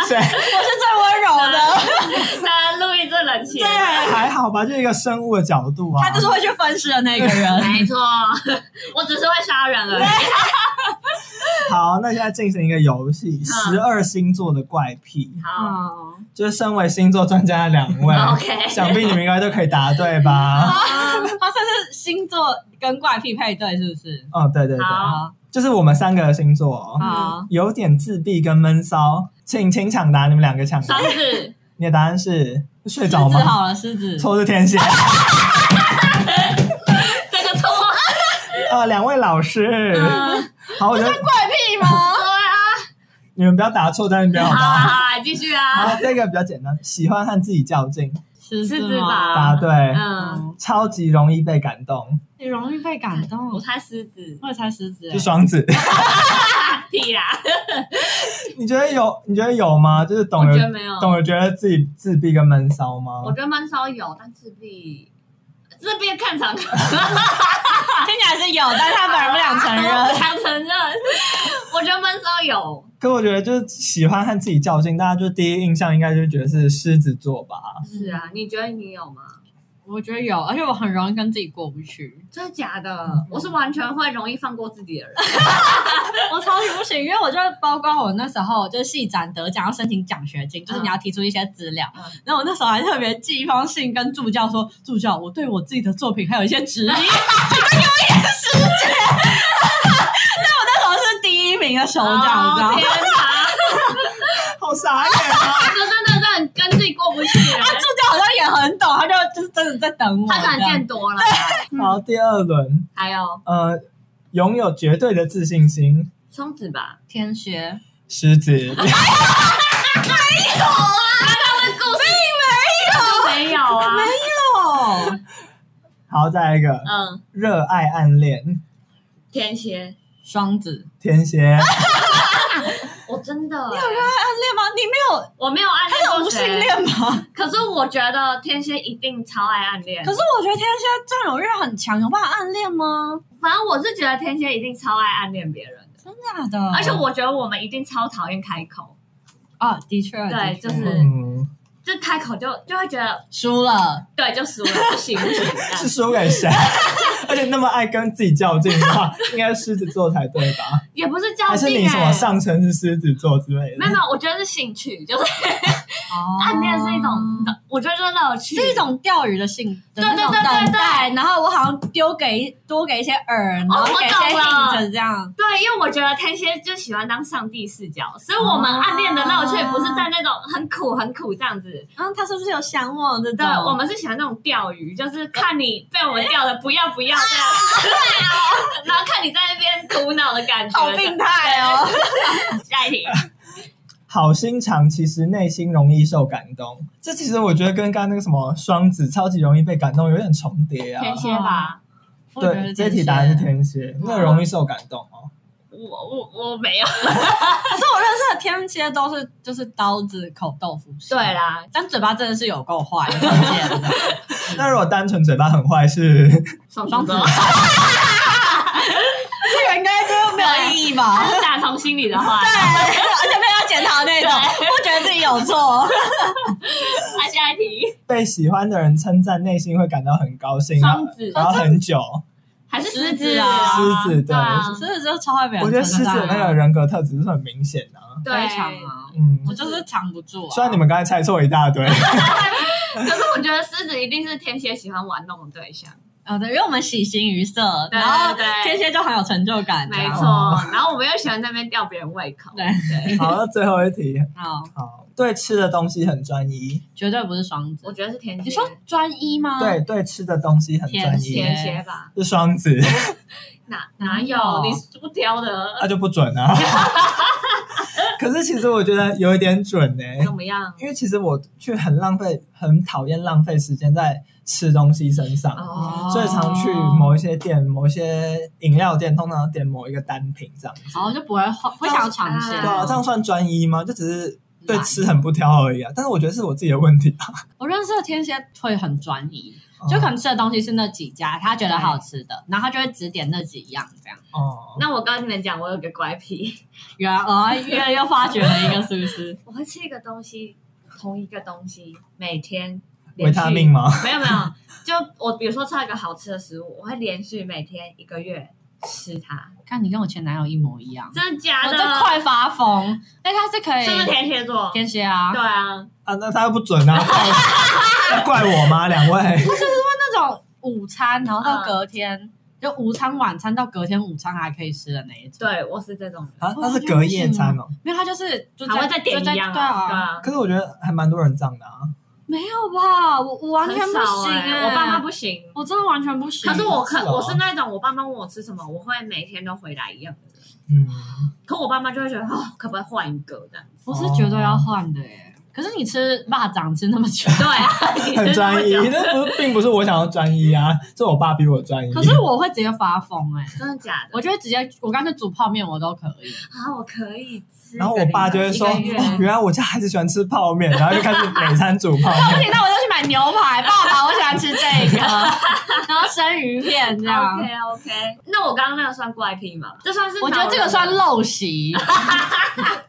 Speaker 2: 对，
Speaker 3: 最温柔的，
Speaker 4: 大家录音最冷血，
Speaker 2: 还好吧，就一个生物的角度啊，
Speaker 3: 他就是会去分尸的那 个人。
Speaker 4: 没错，我只是会杀人而已。
Speaker 2: 好，那现在进行一个游
Speaker 4: 嗯
Speaker 2: 戏，十二星座的怪癖，
Speaker 4: 好
Speaker 3: 哦，
Speaker 2: 就是身为星座专家的两位
Speaker 4: ，OK，
Speaker 2: 想必你们应该都可以答对吧？
Speaker 3: 他算是星座跟怪癖配对，是不是？
Speaker 2: 哦，对对对，
Speaker 4: 好
Speaker 3: 好，
Speaker 2: 就是我们三个星座哦、
Speaker 3: 好，
Speaker 2: 有点自闭跟闷骚，请请抢答，你们两个抢答
Speaker 4: 双，子，
Speaker 2: 你的答案是睡
Speaker 3: 狮
Speaker 2: 着
Speaker 3: 子
Speaker 2: 吗？
Speaker 3: 好了，狮子，
Speaker 2: 错是 天蝎。
Speaker 4: 这个错，
Speaker 2: 呃，两位老师，
Speaker 4: 嗯
Speaker 2: 好，我觉得
Speaker 3: 怪癖吗？
Speaker 4: 对啊，
Speaker 2: 你们不要答错在那边好
Speaker 4: 好啊，
Speaker 2: 吗？
Speaker 4: 好啊，继续啊
Speaker 2: 好，，这个比较简单，喜欢和自己较劲，
Speaker 3: 狮
Speaker 4: 狮
Speaker 3: 子
Speaker 4: 子吧
Speaker 2: 答对，
Speaker 4: 嗯，
Speaker 3: 嗯，
Speaker 2: 超级容易被感动，
Speaker 3: 你容易被感动
Speaker 4: 我。猜狮子，
Speaker 3: 我也猜狮子、
Speaker 2: 是
Speaker 3: 欸，
Speaker 2: 双子。
Speaker 4: 屁啦，
Speaker 2: 你觉得有？你觉得有吗？就是
Speaker 4: 我
Speaker 2: 懂
Speaker 4: 觉得
Speaker 2: 得
Speaker 4: 没有，
Speaker 2: 懂得觉得自己自闭跟闷骚吗
Speaker 4: 我？觉得闷骚有，但自闭，自闭看场合。
Speaker 3: 听起来是有，但是他本人不想 承
Speaker 4: 我不
Speaker 3: 认。
Speaker 4: 想承认。我觉得闷骚有
Speaker 2: 可我觉得就是喜欢和自己较劲，大家就第一印象应该就觉得是狮子座吧？
Speaker 4: 是啊，你觉得你有吗？
Speaker 3: 我觉得有，而且我很容易跟自己过不去，
Speaker 4: 真的假的？我是完全会容易放过自己的人。
Speaker 3: 我超级不行，因为我就包括我那时候就是戏展得奖要申请奖学金，就是你要提出一些资料，
Speaker 4: 嗯
Speaker 3: 然后我那时候还特别寄一封信跟助教说，助教，我对我自己的作品还有一些 质疑，请问有眼世 界。但我那时候是第一名的首奖，你知 道
Speaker 4: 哦
Speaker 3: 吗？
Speaker 4: 天哪！
Speaker 2: 好傻眼啊！
Speaker 4: 我真的真的很跟自己过不去。
Speaker 3: 啊助教好像也很懂，他就就是真的在等我这
Speaker 4: 他
Speaker 3: 样。
Speaker 4: 可能见多了。嗯
Speaker 2: 好，第二轮，
Speaker 4: 还有
Speaker 2: 呃，拥有绝对的自信心，
Speaker 4: 松子吧，
Speaker 3: 天蝎，
Speaker 2: 狮子。
Speaker 4: 就没有啊。
Speaker 3: 哦，
Speaker 2: 好，再来一个，
Speaker 4: 嗯，
Speaker 2: 热爱暗恋，
Speaker 4: 天蝎，
Speaker 3: 双子，
Speaker 2: 天蝎。
Speaker 4: 我真的欸，
Speaker 3: 暗恋吗？你没有
Speaker 4: 我没有暗恋
Speaker 3: 啊无
Speaker 4: 过
Speaker 3: 性
Speaker 4: 谁。
Speaker 3: 恋吗？
Speaker 4: 可是我觉得天蝎一定超爱暗恋。
Speaker 3: 可是我觉得天蝎占有欲很强，有办法暗恋吗？
Speaker 4: 反正我是觉得天蝎一定超爱暗恋别人的，
Speaker 3: 真假的？
Speaker 4: 而且我觉得我们一定超讨厌开口。
Speaker 3: 啊，的确，
Speaker 4: 对
Speaker 3: 的
Speaker 4: 就
Speaker 3: 确
Speaker 4: 是
Speaker 2: 嗯，
Speaker 4: 就开口就就会觉得
Speaker 3: 输了。哦
Speaker 4: 对，就输了，不行 不行，
Speaker 3: 啊
Speaker 2: 是输给谁？ 而且那么爱跟自己较劲的话， 应该是狮子座才对吧？
Speaker 4: 也不
Speaker 3: 啊
Speaker 4: 是较
Speaker 2: 还是
Speaker 4: 劲
Speaker 2: 你什
Speaker 4: 哎、
Speaker 2: 么上升是狮子座之类的
Speaker 4: 没有？没有，我觉得是兴趣，就是
Speaker 3: 哦
Speaker 4: 暗恋是一种，我觉得就是乐趣，
Speaker 3: 是一种钓鱼的性，对
Speaker 4: 对对对对
Speaker 3: 等待，然后我好像丢给多给一些饵，然后
Speaker 4: 哦我
Speaker 3: 给一些
Speaker 4: 懂了
Speaker 3: hint 这样。
Speaker 4: 对，因为我觉得天蝎就喜欢当上帝视角，所以我们
Speaker 3: 哦
Speaker 4: 暗恋的乐趣不是在那种很苦很苦这样子，
Speaker 3: 嗯，他是不是有想我这
Speaker 4: 对
Speaker 3: 种？，
Speaker 4: 我们是喜欢那种钓鱼，就是看你被我们钓的不要不要这样，然后看你在那边苦恼的感觉，哎
Speaker 3: 好病态哦。
Speaker 4: 下一题，
Speaker 2: 好心肠其实内心容易受感动，这其实我觉得跟刚刚那个什么双子超级容易被感动有点重叠啊。
Speaker 4: 天蝎吧，
Speaker 3: 我觉得
Speaker 2: 对，
Speaker 3: 是
Speaker 2: 这
Speaker 3: 天
Speaker 2: 题
Speaker 3: 蝎
Speaker 2: 答案是天蝎，那容易受感动哦。
Speaker 4: 我我我没有，
Speaker 3: 可是我认识的天蝎都是就是刀子口豆腐心，
Speaker 4: 对，啦，
Speaker 3: 但嘴巴真的是有够坏，有够贱的
Speaker 2: 那如果单纯嘴巴很坏是，
Speaker 4: 双
Speaker 3: 双子
Speaker 4: 座。
Speaker 3: 这个应该就没有意义吧？
Speaker 4: 是打从心里的话。
Speaker 3: 对，而且被他检讨那种，不觉得自己有错，
Speaker 4: 那下一题，
Speaker 2: 被喜欢的人称赞，内心会感到很高兴，然后
Speaker 4: 双子
Speaker 2: 然后很久。
Speaker 4: 还是狮
Speaker 3: 狮
Speaker 4: 子
Speaker 3: 子啊
Speaker 2: 狮子对
Speaker 4: 对啊，
Speaker 3: 狮子就超爱被人
Speaker 2: 我觉得狮
Speaker 3: 称
Speaker 2: 子
Speaker 3: 赞啊
Speaker 2: 的那个人格特质是很明显的啊、
Speaker 4: 对
Speaker 3: 非常。啊，
Speaker 2: 嗯
Speaker 3: 我，就是藏不住啊。
Speaker 2: 虽然你们刚才猜错一大堆，
Speaker 4: 可是我觉得狮子一定是天蝎喜欢玩弄的对象，
Speaker 3: 啊，对，因为我们喜形于色，
Speaker 4: 对
Speaker 3: 然后
Speaker 4: 对
Speaker 3: 天蝎就很有成就感，
Speaker 4: 没
Speaker 3: 这样
Speaker 4: 错。然后我们又喜欢在那边吊别人胃口，
Speaker 3: 对
Speaker 4: 对，
Speaker 2: 好，那最后一题，
Speaker 3: 好，
Speaker 2: 好，对吃的东西很专一，
Speaker 3: 绝对不是双
Speaker 4: 我
Speaker 3: 子。
Speaker 4: 觉得是天
Speaker 3: 你
Speaker 4: 蝎
Speaker 3: 说，专一吗？
Speaker 2: 对，对吃的东西很专
Speaker 3: 天
Speaker 2: 一，
Speaker 4: 天蝎吧？
Speaker 2: 是双 子，
Speaker 4: 哪
Speaker 3: 哪
Speaker 4: 哪有
Speaker 3: 有
Speaker 2: 哦哎
Speaker 4: 你是不挑的？
Speaker 2: 那就不准啊。 可是其实我觉得有一点准呢、
Speaker 4: 怎么样？
Speaker 2: 因为其实我去很浪费，很讨厌浪费时间在吃东西身上，
Speaker 4: 哦
Speaker 2: 所以常去某一些店、某一些饮料店，通常点某一个单品这样子。
Speaker 3: 然后就不会换，不想尝鲜。
Speaker 4: 啊
Speaker 2: 对啊，这样算专一吗？就只是对
Speaker 3: 懒
Speaker 2: 吃很不挑而已啊。但是我觉得是我自己的问题吧。啊
Speaker 3: 我认识的天蝎会很专一，
Speaker 2: 哦
Speaker 3: 就可能吃的东西是那几家他觉得好吃的，然后他就会只点那几样这样。
Speaker 2: 哦，
Speaker 4: 那我跟你们讲，我有个怪癖，
Speaker 3: 原来哦，又又发掘了一个，是不是？
Speaker 4: 我会吃一个东西，同一个东西，每天
Speaker 2: 维
Speaker 4: 连续
Speaker 2: 他命吗？
Speaker 4: 没有没有，就我比如说吃到一个好吃的食物，我会连续每天一个月吃它，
Speaker 3: 看你跟我前男友一模一样，
Speaker 4: 真的假
Speaker 3: 我
Speaker 4: 的？
Speaker 3: 都哦快发疯。哎，他是可
Speaker 4: 是不是
Speaker 3: 以
Speaker 4: 天蝎座？
Speaker 3: 天蝎啊，
Speaker 4: 对啊，
Speaker 2: 啊，那他又不准啊，怪我要怪我吗？两位？
Speaker 3: 那种午餐，然后到隔
Speaker 4: 嗯
Speaker 3: 天。就午餐、晚餐到隔天午餐还可以吃的那一种，
Speaker 4: 对我是这种人，
Speaker 2: 啊，那是隔夜餐哦。
Speaker 3: 没有他就是就
Speaker 4: 还会
Speaker 3: 在
Speaker 4: 再点
Speaker 3: 就
Speaker 4: 一
Speaker 3: 在
Speaker 4: 样
Speaker 3: 对
Speaker 4: 啊，
Speaker 3: 啊，
Speaker 4: 啊，
Speaker 2: 可是我觉得还蛮多人这样的啊。
Speaker 3: 没有吧？我我完全不
Speaker 4: 很少
Speaker 3: 行
Speaker 4: 欸
Speaker 3: 欸
Speaker 4: 我爸妈不行。
Speaker 3: 我真的完全不行。
Speaker 4: 可是我可
Speaker 2: 是哦
Speaker 4: 我是那种，我爸妈问我吃什么，我会每天都回答一样的人。
Speaker 2: 嗯，
Speaker 4: 可我爸妈就会觉得，哦，可不可以换一个这样子？，
Speaker 3: 我是绝对要换的耶。可是你吃蚂蚱吃那么久
Speaker 4: 对啊，你
Speaker 2: 很
Speaker 4: 是这么
Speaker 2: 专一，
Speaker 4: 讲
Speaker 2: 那不是并不是我想要专一啊，是我爸逼我专 一。
Speaker 3: 可是我会直接发疯哎，
Speaker 4: 真的假的？
Speaker 3: 我就会直接，我干脆煮泡面我都可以。
Speaker 4: 啊，我可以吃。
Speaker 2: 然后我爸就会说，
Speaker 4: 一个礼拜
Speaker 2: 哦 原来我家孩子喜欢吃泡面，然后就开始每餐煮泡
Speaker 3: 那 不
Speaker 2: 面。
Speaker 3: 行，那我就去买牛排。爸爸，我喜欢吃这个， 然后生鱼片这样。
Speaker 4: OK OK，那我刚刚那个算怪癖吗？这算是
Speaker 3: 我觉得这个算陋习，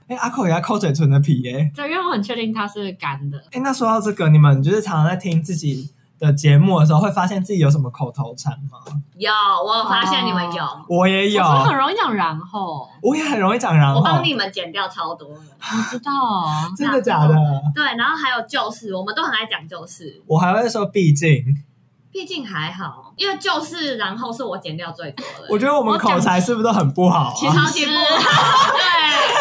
Speaker 2: 哎，阿寇也要抠嘴唇的皮耶。
Speaker 3: 对，因为我很确定它是干的。
Speaker 2: 哎，那说到这个，你们就是常常在听自己的节目的时候，会发现自己有什么口头禅吗？
Speaker 4: 有，我有发现你们有，
Speaker 2: 我也有
Speaker 3: 我，真的很容易讲然 后，
Speaker 2: 我也很容易讲然
Speaker 4: 我
Speaker 2: 后，
Speaker 4: 帮你们剪掉超多了。
Speaker 3: 我知道啊，
Speaker 2: 真的假的？
Speaker 4: 对，然后还有就是，我们都很爱讲就是，
Speaker 2: 我还会说毕竟，
Speaker 4: 毕竟还好，因为就是然后是我剪掉最多的。
Speaker 2: 我觉得我们口才是不是都很不好
Speaker 3: 其
Speaker 2: 啊？
Speaker 4: 超级不好，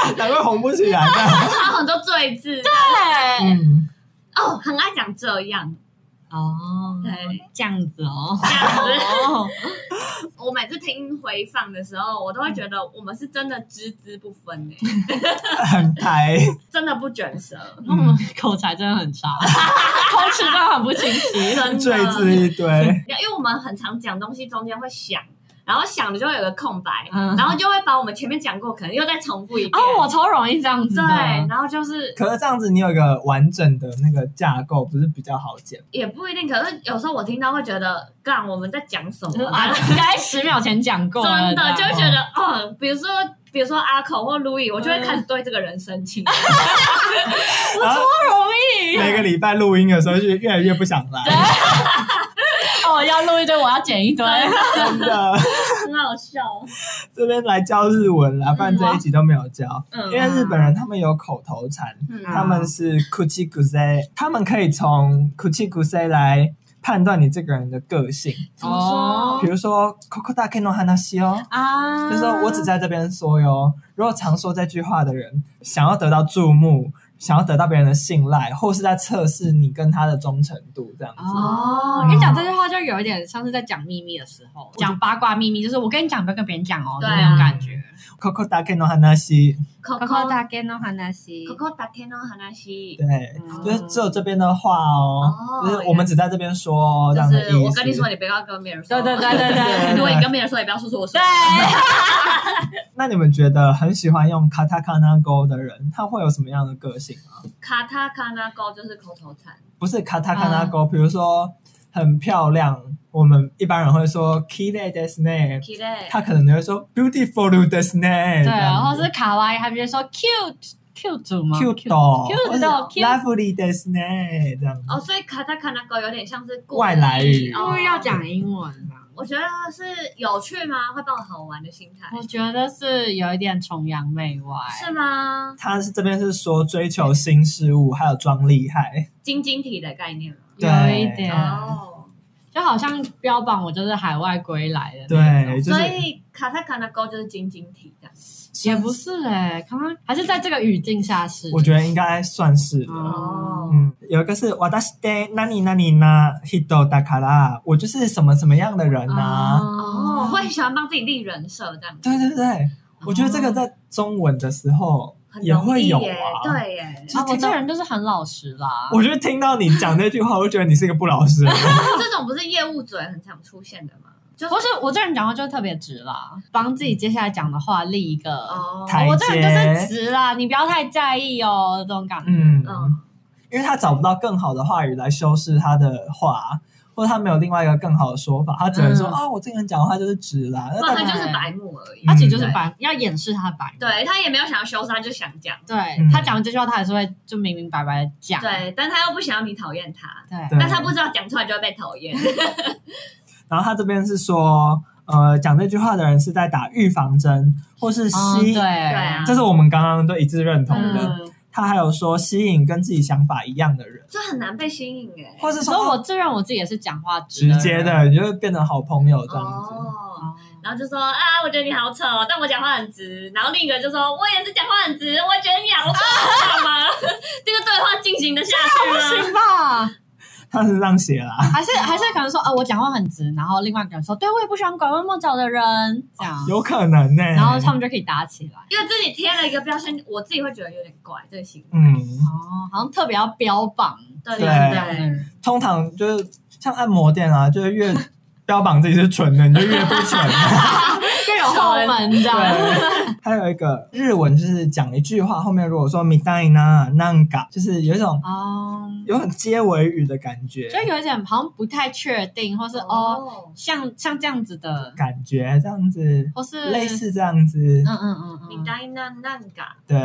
Speaker 4: 对，
Speaker 2: 难怪红不起来的。
Speaker 4: 还有很多罪字
Speaker 3: 对，
Speaker 2: 嗯，
Speaker 4: 哦，很爱讲这样，
Speaker 3: 哦，
Speaker 4: 对，
Speaker 3: 这样子哦，
Speaker 4: 这样子。
Speaker 3: 哦，
Speaker 4: 我每次听回放的时候，我都会觉得我们是真的只字不分诶、
Speaker 2: 很台。
Speaker 4: 真的不卷舌，
Speaker 3: 我们嗯口才真的很 差，口齿真的很不清晰。
Speaker 4: 真
Speaker 2: 坠
Speaker 4: 的。
Speaker 2: 字一堆，
Speaker 4: 因为我们很常讲东西，中间会想，然后想的就会有个空白，
Speaker 3: 嗯
Speaker 4: 然后就会把我们前面讲过，可能又再重复一遍。
Speaker 3: 哦，我超容易这样子
Speaker 4: 对，
Speaker 3: 的。
Speaker 4: 然后就是
Speaker 2: 可是这样子你有一个完整的那个架构，不是比较好剪？
Speaker 4: 也不一定，可是有时候我听到会觉得，干我们在讲什么？
Speaker 3: 啊，应该十秒前讲过了，
Speaker 4: 真的就会
Speaker 3: 这
Speaker 4: 觉
Speaker 3: 样
Speaker 4: 得，哦，比如说。比如说阿口或 Louis，我就会开始对这个人生 气。
Speaker 2: 然后
Speaker 3: 不容易
Speaker 2: 每个礼拜录音的时候就越来越不想 来，
Speaker 3: 哦，要录一堆，我要剪一堆。
Speaker 2: 真的。
Speaker 4: 很好笑。
Speaker 2: 这边来教日文啦，不然这一集都没有教。
Speaker 4: 嗯
Speaker 2: 因为日本人他们有口头禅，
Speaker 4: 嗯
Speaker 2: 他们是 kuchi k u s e 他们可以从 kuchi k u s e 来判断你这个人的个性。
Speaker 4: 怎么说？
Speaker 3: 哦
Speaker 2: 比如说 koko da ken no hanashi 哦，
Speaker 3: 啊，
Speaker 2: 就是说我只在这边说哟。如果常说这句话的人，想要得到注目，想要得到别人的信赖，或是在测试你跟他的忠诚度这样子。
Speaker 3: 哦，因为讲这句话就有一点像是在讲秘密的时候，讲八卦秘密，就是我跟你讲，不要跟别人讲哦，就
Speaker 4: 对啊
Speaker 3: 那种感觉。
Speaker 2: koko da ken no hanashi，
Speaker 3: 扣
Speaker 4: Coco
Speaker 3: 扣大概の話，
Speaker 4: Coco 打天哦の話。
Speaker 2: 对，
Speaker 3: 嗯
Speaker 2: 就是只有这边的话哦，
Speaker 4: 哦
Speaker 2: 就是我们只在这边说哦，这样
Speaker 4: 就
Speaker 2: 的
Speaker 4: 是
Speaker 2: 意
Speaker 4: 我
Speaker 2: 思。
Speaker 4: 跟你说，你不要跟别人说。
Speaker 3: 对对对对
Speaker 2: 对
Speaker 3: 对
Speaker 4: 如果你跟别人说，也不要说是我说
Speaker 3: 对
Speaker 4: 的。，
Speaker 2: 那你们觉得很喜欢用 katakana go 的人，他会有什么样的个性啊？
Speaker 4: 卡塔卡那高就是口头禅。
Speaker 2: 不是
Speaker 4: 嗯
Speaker 2: katakana go，、比如说很漂亮，我们一般人会说 kirei desu ne，
Speaker 4: 綺麗
Speaker 2: 他可能就会说 beautiful desu ne，
Speaker 3: 对，然后是卡哇伊，他直接说 cute cute 吗
Speaker 2: cute cute
Speaker 3: cute 到 cute，
Speaker 2: lovely desu ne 这样子。
Speaker 4: 哦，所以卡塔卡那高有点像是故意
Speaker 2: 外来语
Speaker 4: 哦
Speaker 3: 因为要讲英文吧。
Speaker 4: 我觉得是有趣吗？会帮我好玩的心态
Speaker 3: 我觉得是有一点崇洋媚外，
Speaker 4: 是吗？
Speaker 2: 他是这边是说追求新事物，还有装厉害。
Speaker 4: 晶晶体的概念吗？
Speaker 3: 有
Speaker 2: 对
Speaker 3: 一点，
Speaker 4: 哦，
Speaker 3: 就好像标榜我就是海外归来的那种，
Speaker 2: 对，就
Speaker 4: 哦所
Speaker 2: 是
Speaker 4: 以卡塔卡那高就是晶晶体这样。
Speaker 3: 也不是哎、欸，刚刚还是在这个语境下是，
Speaker 2: 我觉得应该算是了。
Speaker 3: 哦
Speaker 4: 哦，
Speaker 2: 嗯，有一个是私で何々な人だから，我就是什么什么样的人
Speaker 3: 啊
Speaker 2: 啊呐、
Speaker 4: 哦
Speaker 3: 嗯
Speaker 4: 哦，会喜欢帮自己立人设这样。
Speaker 2: 对对对，我觉得这个在中文的时候
Speaker 4: 哦很
Speaker 2: 也
Speaker 4: 容
Speaker 2: 会
Speaker 4: 易
Speaker 2: 有
Speaker 4: 耶
Speaker 2: 啊
Speaker 4: 对耶，
Speaker 2: 其实
Speaker 3: 啊，我
Speaker 2: 听到
Speaker 3: 这人就是很老实啦。
Speaker 2: 我就听到你讲这句话，我就觉得你是一个不老实 的人。
Speaker 4: 那哦这种不是业务嘴很常出现的吗？就是
Speaker 3: 不是我这人讲话就是特别直啦，帮自己接下来讲的话立一个。
Speaker 4: 哦，
Speaker 2: 台
Speaker 3: 我这人就是
Speaker 2: 阶
Speaker 3: 直啦，你不要太在意哦，这种感觉。
Speaker 2: 嗯，
Speaker 4: 嗯
Speaker 2: 因为他找不到更好的话语来修饰他的话，或者他没有另外一个更好的说法，他只能说
Speaker 3: 嗯
Speaker 2: 啊、我这个人讲话就是直啦。那
Speaker 4: 不
Speaker 2: 代
Speaker 4: 然
Speaker 2: 表
Speaker 4: 他就是白目而已。
Speaker 3: 他其实就是
Speaker 4: 嗯
Speaker 3: 白，要掩饰他的白。
Speaker 4: 对他也没有想要修饰，他就想讲。
Speaker 3: 对，
Speaker 2: 嗯
Speaker 3: 他讲完这句话，他还是会就明明白白的讲。
Speaker 4: 对，但他又不想要你讨厌他，
Speaker 3: 对
Speaker 2: 对
Speaker 4: 但他不知道讲出来就会被讨厌。
Speaker 2: 然后他这边是说，呃，讲这句话的人是在打预防针，或是
Speaker 3: 嗯
Speaker 2: 吸，
Speaker 3: 对
Speaker 4: 啊
Speaker 2: 这是我们刚刚都一致认同的。
Speaker 3: 嗯，
Speaker 2: 他还有说吸引跟自己想法一样的人，
Speaker 4: 这很难被吸引哎。
Speaker 2: 或是
Speaker 3: 所以我
Speaker 2: 说哦
Speaker 3: 自认我自己也是讲话直
Speaker 2: 直
Speaker 3: 人
Speaker 2: 接。的，你就会变成好朋友这样子。
Speaker 4: 哦，
Speaker 3: 哦
Speaker 4: 然后就说啊，我觉得你好丑，但我讲话很直。然后另一个就说，我也是讲话很直，我觉得你好丑，知道吗？ 这个对话进行的下去
Speaker 3: 不
Speaker 4: 吗？
Speaker 3: 行吧？
Speaker 2: 他是这样写啦，
Speaker 3: 还是还是可能说，呃，我讲话很直，然后另外一个人说，对我也不喜欢拐弯抹角的人，这样，
Speaker 2: 有可能欸呢、
Speaker 3: 然后他们就可以打起来。
Speaker 4: 因为自己贴了一个标签，我自己会觉得有点怪，这个行为。
Speaker 2: 嗯，
Speaker 3: 哦，好像特别要标榜
Speaker 4: 对
Speaker 2: 对
Speaker 3: 这样
Speaker 4: 对
Speaker 3: 的人
Speaker 2: 通常就是像按摩店啊，就是 越标榜自己是蠢的，你就越不蠢。
Speaker 3: 更有后门这样。
Speaker 2: 对，还有一个日文就是讲一句话，后面如果说 m i d a i n a n a n g a 就是有一种
Speaker 3: 哦，
Speaker 2: 有种接尾语的感觉，
Speaker 3: 就有一点好像不太确定，或是
Speaker 4: 对，
Speaker 3: 哦，，像像这样子的，
Speaker 2: 感觉这样子，
Speaker 3: 或是
Speaker 2: 类，似这样子
Speaker 3: 嗯。嗯嗯
Speaker 4: 你
Speaker 3: 嗯，
Speaker 4: 呆那那嘎，
Speaker 2: 对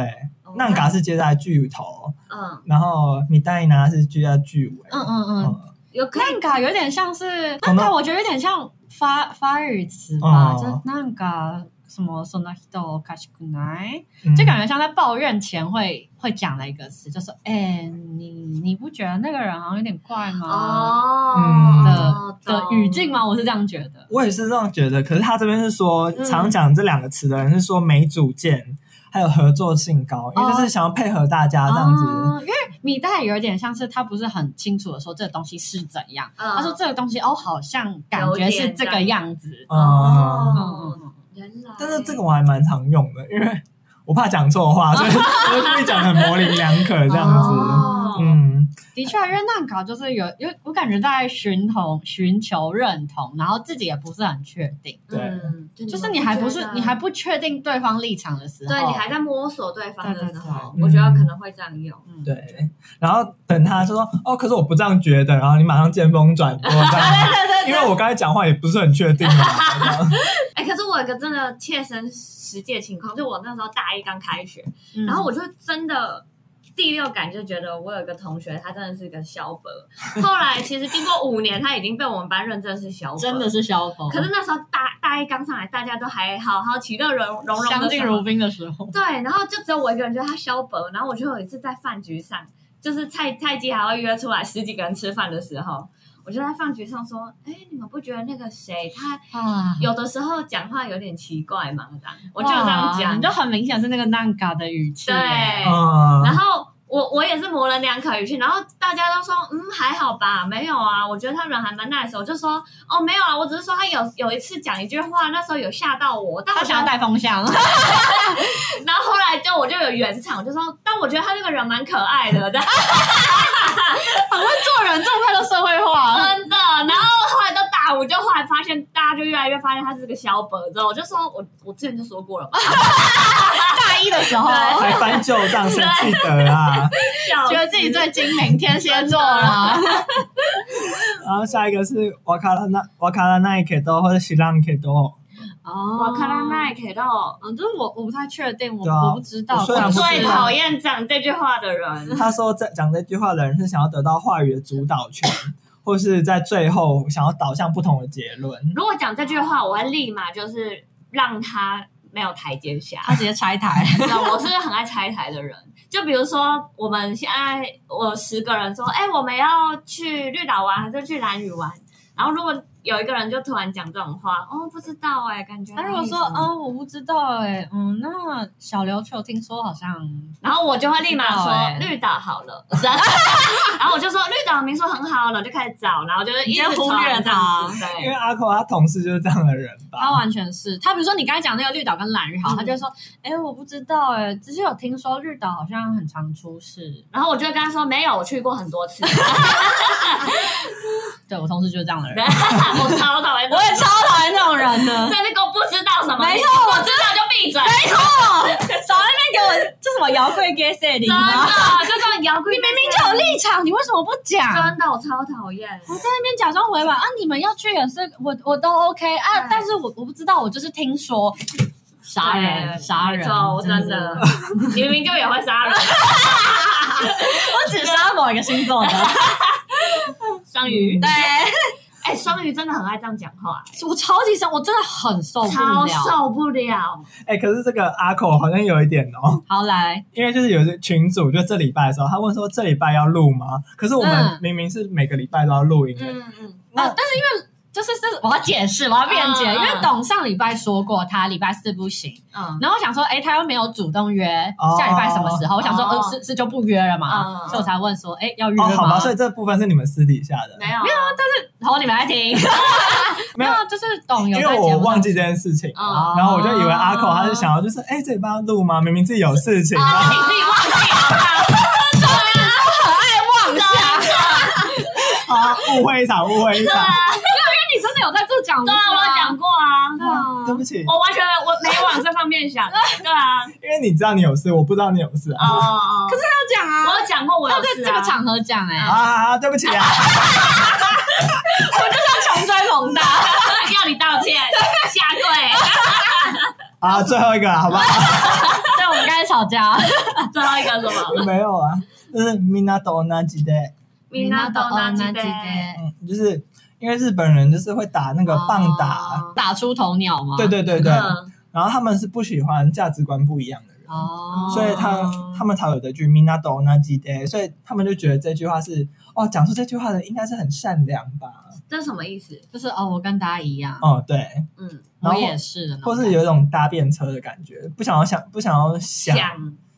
Speaker 4: 哦
Speaker 2: n a n g a 是接在句头，
Speaker 4: 嗯，
Speaker 2: 然后 m i d a i n a 是接在句尾。哦
Speaker 3: 嗯嗯嗯。
Speaker 4: 有可以
Speaker 3: 那个有点像是
Speaker 2: 可能
Speaker 3: 那个，我觉得有点像发发语词吧，
Speaker 2: 哦
Speaker 3: 就是那个什么その人かしくない，
Speaker 2: 嗯
Speaker 3: 就感觉像在抱怨前会会讲的一个词，就是哎、你你不觉得那个人好像有点怪吗？
Speaker 4: 哦
Speaker 3: 的的语境？吗？我是这样觉得。
Speaker 2: 我也是这样觉得，可是他这边是说，
Speaker 3: 嗯
Speaker 2: 常讲这两个词的人是说没主见，还有合作性高，因为就是想要配合大家这样子。
Speaker 3: 哦，因为米袋有点像是他不是很清楚的说这个东西是怎样，
Speaker 4: 他
Speaker 3: 他说这个东西哦，好像感觉是这个样子。
Speaker 2: 嗯，
Speaker 3: 嗯
Speaker 4: 哦
Speaker 3: 嗯嗯，
Speaker 4: 原来，
Speaker 2: 但是这个我还蛮常用的，因为我怕讲错 话，所以我就故意讲得很模棱两可这样子。
Speaker 4: 哦
Speaker 2: 嗯，
Speaker 3: 的确，因为难搞就是有有，我感觉在寻同寻求认同，然后自己也不是很确定，
Speaker 2: 对
Speaker 4: 嗯
Speaker 3: 就是你还不是你还
Speaker 4: 不
Speaker 3: 不确定对方立场的时候，
Speaker 4: 对你还在摸索对方的时候，
Speaker 2: 对对对
Speaker 4: 我觉得可能会这样用。
Speaker 3: 嗯，
Speaker 2: 对。然后等他说哦，可是我不这样觉得，然后你马上见 风转舵，这样因为我刚才讲话也不是很确定嘛。这样
Speaker 4: 哎、可是我有一个真的切身实际的情况，就我那时候大一刚开学，
Speaker 3: 嗯
Speaker 4: 然后我就真的第六感就觉得我有一个同学，他真的是个小伯。后来其实经过五年，他已经被我们班认证是小伯，
Speaker 3: 真的。是萧峰，
Speaker 4: 可是那时候大大一刚上来，大家都还好好其乐融融融
Speaker 3: 相
Speaker 4: 的
Speaker 3: 敬
Speaker 4: 时候
Speaker 3: 如宾的 时候，
Speaker 4: 对，然后就只有我一个人觉得他消薄，然后我就有一次在饭局上，就是菜菜鸡还会约出来十几个人吃饭的时候，我就在饭局上说，哎，你们不觉得那个谁他
Speaker 3: 啊，
Speaker 4: 有的时候讲话有点奇怪吗？这样我
Speaker 3: 我
Speaker 4: 就有这样讲
Speaker 3: 你，就很明显是那个难搞的语气，
Speaker 4: 对，
Speaker 3: 哦啊
Speaker 4: 然
Speaker 2: 嗯，
Speaker 4: 后。我我也是模棱两可语气，然后大家都说嗯还好吧，没有啊，我觉得他人还蛮 nice，我就说哦没有啊，我只是说他有有一次讲一句话，那时候有吓到我，但我
Speaker 3: 他想要带 风向，
Speaker 4: 然后后来就我就有圆场，就说，但我觉得他这个人蛮可爱 的，但
Speaker 3: 做人这么快就社会化了，
Speaker 4: 真的。然后后来到大五，就后来发现大家就越来越发现他是个小本子，我就说我我之前就说过了吧，
Speaker 3: 大一的时候。
Speaker 4: 对
Speaker 2: 还翻旧账，谁记 得啊？
Speaker 4: 笑死
Speaker 3: 觉得自己最精明，天蝎座啦，
Speaker 2: 然后下一个是瓦卡拉那瓦卡拉奈克多或者西浪克多，
Speaker 3: 哦
Speaker 4: 我看到那也可以到。
Speaker 3: 嗯，就是我我不太确定，我
Speaker 2: 对啊
Speaker 3: 我不知道，
Speaker 2: 我虽然
Speaker 3: 我
Speaker 2: 不
Speaker 3: 不
Speaker 2: 知道
Speaker 4: 最
Speaker 3: 知道
Speaker 4: 讨厌讲这句话的人，
Speaker 2: 他说在讲这句话的人是想要得到话语的主导权， 或是在最后想要导向不同的结论。
Speaker 4: 如果讲这句话，我会立马就是让他没有台阶下。
Speaker 3: 他直接拆 台，
Speaker 4: 那我是很爱拆台的人。就比如说，我们现在我十个人说，哎、我们要去绿岛玩，还是去蓝屿玩？然后如果有一个人就突然讲这种话，哦，不知道哎、感觉。
Speaker 3: 他如果说，哦，我不知道哎、嗯，那小琉球听说好像
Speaker 4: 然后我就会立马
Speaker 3: 不知
Speaker 4: 说、
Speaker 3: 道欸
Speaker 4: 绿岛好了， 然后我就说绿岛民宿很好了，就开始找，然后就是一直
Speaker 3: 你就忽略
Speaker 4: 传这
Speaker 3: 啊
Speaker 4: 样子
Speaker 2: 因为
Speaker 4: 对，
Speaker 2: 阿寇他同事就是这样的人
Speaker 3: 他
Speaker 2: 吧。
Speaker 3: 完全是他，比如说你刚才讲那个绿岛跟蓝屿
Speaker 2: 嗯
Speaker 3: 好，他就说，哎、我不知道哎、只是有听说绿岛好像很常出事。
Speaker 4: 然后我就会跟他说没有，我去过很多 次，
Speaker 3: 对我同事就是这样的人，
Speaker 4: 我超讨厌这种人，
Speaker 3: 我也超讨厌这种人 的。
Speaker 4: 在那个不知道什么，
Speaker 3: 没有
Speaker 4: 你如果知道就闭嘴，
Speaker 3: 没错，少在那边给我这什么摇柜给谁的
Speaker 4: 真
Speaker 3: 吗？
Speaker 4: 的就这种摇滚，
Speaker 3: 你明明就有立场，你为什么不讲？
Speaker 4: 真的我超讨厌，
Speaker 3: 我在那边假装委婉啊，你们要去也是我我都 OK 啊，
Speaker 4: 对
Speaker 3: 但是我我不知道，我就是听说。杀人，
Speaker 4: 对
Speaker 3: 杀人
Speaker 4: 没，错我真
Speaker 3: 是
Speaker 4: 的，你明明就也会杀人，
Speaker 3: 我只杀某一个 星座的。
Speaker 4: 双鱼，
Speaker 3: 对，
Speaker 4: 嗯哎，双鱼真的很爱这样讲话，
Speaker 3: 我超级生，我真的很受不
Speaker 4: 超
Speaker 3: 了。
Speaker 4: 受不了，
Speaker 2: 哎、可是这个阿寇好像有一点哦，
Speaker 3: 好来，
Speaker 2: 因为就是有些群组，就这礼拜的时候，他问说这礼拜要录吗？可是我
Speaker 3: 嗯
Speaker 2: 们明明是每个礼拜都要录音的，
Speaker 4: 嗯嗯，
Speaker 3: 啊，但是因为就是是我要解释，我要辩解，
Speaker 4: 嗯
Speaker 3: 因为
Speaker 4: 嗯
Speaker 3: 董上礼拜说过他礼拜四不行，
Speaker 4: 嗯，
Speaker 3: 然后我想说，哎，他又没有主动约
Speaker 2: 哦
Speaker 3: 下礼拜什么时候，我想说，
Speaker 4: 哦
Speaker 3: 呃，是是就不约了嘛
Speaker 4: 嗯，嗯
Speaker 3: 所以我才问说，哎，要约
Speaker 2: 哦，好吧，
Speaker 3: 吗？
Speaker 2: 所以这部分是你们私底下的，
Speaker 4: 没有没啊有，
Speaker 3: 然后你们来听，
Speaker 2: 没有，
Speaker 3: 就是董有
Speaker 2: 因
Speaker 3: 在
Speaker 2: 为
Speaker 3: 节
Speaker 2: 我
Speaker 3: 目
Speaker 2: 忘
Speaker 3: 上
Speaker 2: 记这件事情，
Speaker 4: 嗯，啊
Speaker 2: 然后我就以为阿寇他是想要就是哎、这礼拜要录吗？明明自己有事情，然
Speaker 4: 你
Speaker 3: 啊
Speaker 2: 后
Speaker 4: 自己忘记好不好？
Speaker 3: 忘下，因
Speaker 2: 啊误会一场，误会一场，
Speaker 3: 为你真的有在做讲座，
Speaker 4: 对啊，我有讲，过啊，
Speaker 3: 对啊
Speaker 2: 对不起，
Speaker 4: 我完全我没往这方面想，对 啊，
Speaker 2: 因为你知道你有事，我不知道你有事啊。
Speaker 4: 哦，可是
Speaker 3: 要讲啊
Speaker 4: 我有讲过我
Speaker 3: 要
Speaker 4: 有
Speaker 3: 在
Speaker 4: 事
Speaker 3: 这个
Speaker 4: 啊，
Speaker 3: 场合讲，哎，
Speaker 2: 啊，对 不起啊，
Speaker 3: 要穷追猛打，
Speaker 4: 要你道歉，下 跪，
Speaker 2: 啊，最后一个了，好吧？
Speaker 3: 所以我们刚才吵架。
Speaker 4: 最后一个什么？
Speaker 2: 没有啊，就是 minato naji de，
Speaker 4: みんなと同じで
Speaker 2: 嗯，就是因为日本人就是会打那个棒打，
Speaker 3: 哦打出头鸟吗？
Speaker 2: 对对啊对对，
Speaker 4: 嗯
Speaker 2: 然后他们是不喜欢价值观不一样的人，
Speaker 3: 哦，
Speaker 2: 所以他他们才有这句 minato naji de，所以他们就觉得这句话是哦，讲出这句话的应该是很善良吧？
Speaker 4: 这是什么意思？
Speaker 3: 就是哦，我跟大家一样，
Speaker 2: 哦，对，
Speaker 4: 嗯，
Speaker 3: 我
Speaker 2: 然后
Speaker 3: 也是的那种
Speaker 2: 或
Speaker 3: 感觉，
Speaker 2: 是有一种搭便车的感觉，不想要想不想要想
Speaker 4: 讲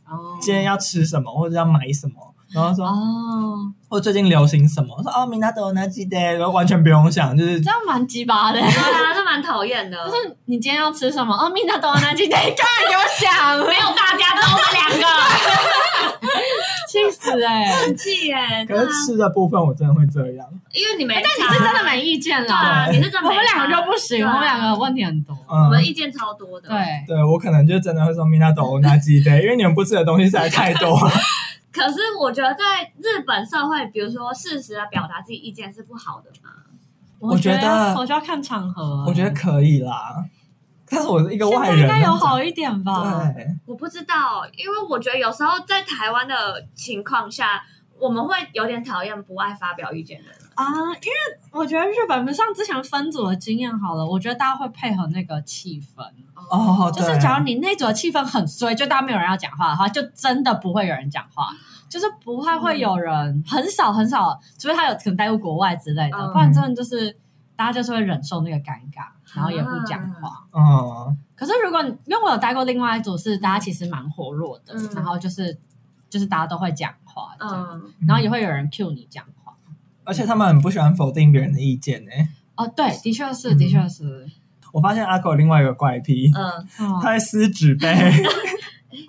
Speaker 3: 哦
Speaker 2: 今天要吃什么或者要买什么，然后说
Speaker 3: 哦，
Speaker 2: 或最近流行什么，我说哦，明达德那记得，然后完全不用想，就是
Speaker 3: 这样蛮鸡巴的。
Speaker 4: 对啊，这蛮讨厌的
Speaker 3: 就，是你今天要吃什么？哦，米娜多拿今天当然有想，
Speaker 4: 没有大家都我们 两个，
Speaker 3: 气死哎！
Speaker 4: 生气耶，
Speaker 2: 可是吃的部分我真的会这样，
Speaker 4: 因为你没，
Speaker 3: 哎但你是真的没意见
Speaker 4: 对
Speaker 3: 啦，
Speaker 4: 啊，你是真的，
Speaker 3: 我们两个就不行，我们两个，问题很多。
Speaker 4: 我
Speaker 2: 嗯，
Speaker 4: 们意见超多的，。
Speaker 3: 对，
Speaker 2: 对我可能就真的会说明达德那记得，因为你们不吃的东西实在太多了，
Speaker 4: 可是我觉得在日本社会，比如说适时的表达自己意见是不好的嘛。
Speaker 2: 我觉得
Speaker 3: 我就要看场合，
Speaker 2: 我觉得可以啦。但是我是一个
Speaker 3: 嗯现
Speaker 2: 外
Speaker 3: 在
Speaker 2: 人，啊
Speaker 3: 应该有好一点吧？
Speaker 2: 对，
Speaker 4: 我不知道，因为我觉得有时候在台湾的情况下，我们会有点讨厌不爱发表意见的人。
Speaker 3: 啊，因为我觉得日本不像之前分组的经验好了，我觉得大家会配合那个气氛。
Speaker 2: 哦
Speaker 4: 嗯
Speaker 3: 就是
Speaker 2: 对
Speaker 3: 假如你那组的气氛很衰，就大家没有人要讲话的话，就真的不会有人讲话，就是不太会有人，很少很少，除非他有可能待过国外之类的，
Speaker 4: 嗯
Speaker 3: 不然真的就是大家就是会忍受那个尴尬，然后也不讲话。
Speaker 2: 嗯，
Speaker 3: 可是如果你因为我有待过另外一组，是大家其实蛮活络的，
Speaker 4: 嗯
Speaker 3: 然后就是就是大家都会讲话，这样，
Speaker 4: 嗯，
Speaker 3: 然后也会有人 cue 你讲话。
Speaker 2: 而且他们很不喜欢否定别人的意见呢、
Speaker 3: 哦，对，的确是，的确是，
Speaker 2: 我发现阿狗有另外一个怪癖，
Speaker 4: 嗯，
Speaker 3: 嗯
Speaker 2: 他在撕纸杯，天哪，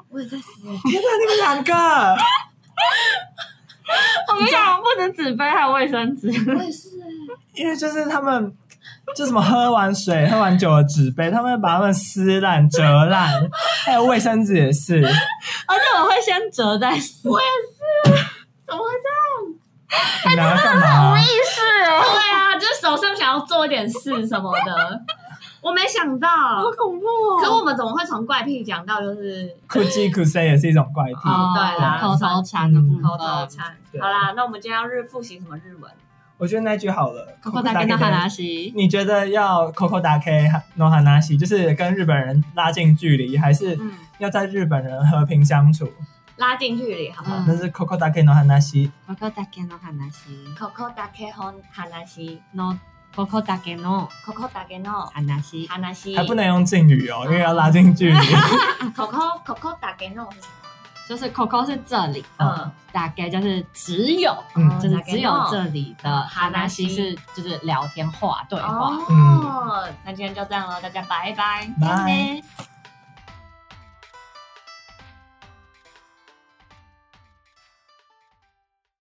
Speaker 4: 我也在 思。
Speaker 2: 你们两个。
Speaker 3: 我们俩不能纸杯还有卫生纸，
Speaker 4: 我也是，欸
Speaker 2: 因为就是他们就什么喝完水、喝完酒的纸杯，他们会把它们撕烂、折烂，还有卫生纸也是。
Speaker 3: 而且我会先折再撕。
Speaker 4: 怎么会这样？
Speaker 2: 你们要干嘛？
Speaker 4: 对啊，就是手上想要做一点事什么的，我没想到。
Speaker 3: 恐怖
Speaker 4: 可
Speaker 3: 哦！
Speaker 4: 我们怎么会从怪癖讲到就是
Speaker 2: 酷鸡酷 C 也是一种怪癖。
Speaker 3: 哦
Speaker 4: 对啦
Speaker 3: 口头禅的部分。
Speaker 4: 口头禅？
Speaker 2: 对
Speaker 4: 好啦，那我们今天要日复习什么日文？
Speaker 2: 我觉得那句好了。
Speaker 3: 口头禅跟哈拉西，
Speaker 2: 你觉得要 Coco 打 K No Hanashi，就是跟日本人拉近距离，还是
Speaker 4: 嗯，
Speaker 2: 要在日本人和平相处？
Speaker 4: 拉近距离好了。
Speaker 3: 嗯
Speaker 2: 那是 Coco 打 K No Hanashi。
Speaker 3: 口头禅跟哈拉西
Speaker 4: 口口打开红哈拉西，
Speaker 3: ，no ここだけの
Speaker 4: ，Coco 打给 no，
Speaker 3: 話。
Speaker 4: 哈纳西，
Speaker 2: 还不能用敬语哦，因为要拉近距离。
Speaker 4: ，Coco Coco 打给 no，
Speaker 3: 就是 Coco 是这里，
Speaker 4: 嗯，
Speaker 3: 大概就是只有，
Speaker 2: 嗯
Speaker 4: 哦
Speaker 3: 就是只有这，里的
Speaker 4: 哈
Speaker 3: 哈
Speaker 4: 纳
Speaker 3: 纳
Speaker 4: 西
Speaker 3: 西是就是聊天话对
Speaker 4: 打给
Speaker 3: 话。
Speaker 4: no 哦，那今天就这样了，大家拜拜，
Speaker 2: 拜
Speaker 4: 再见。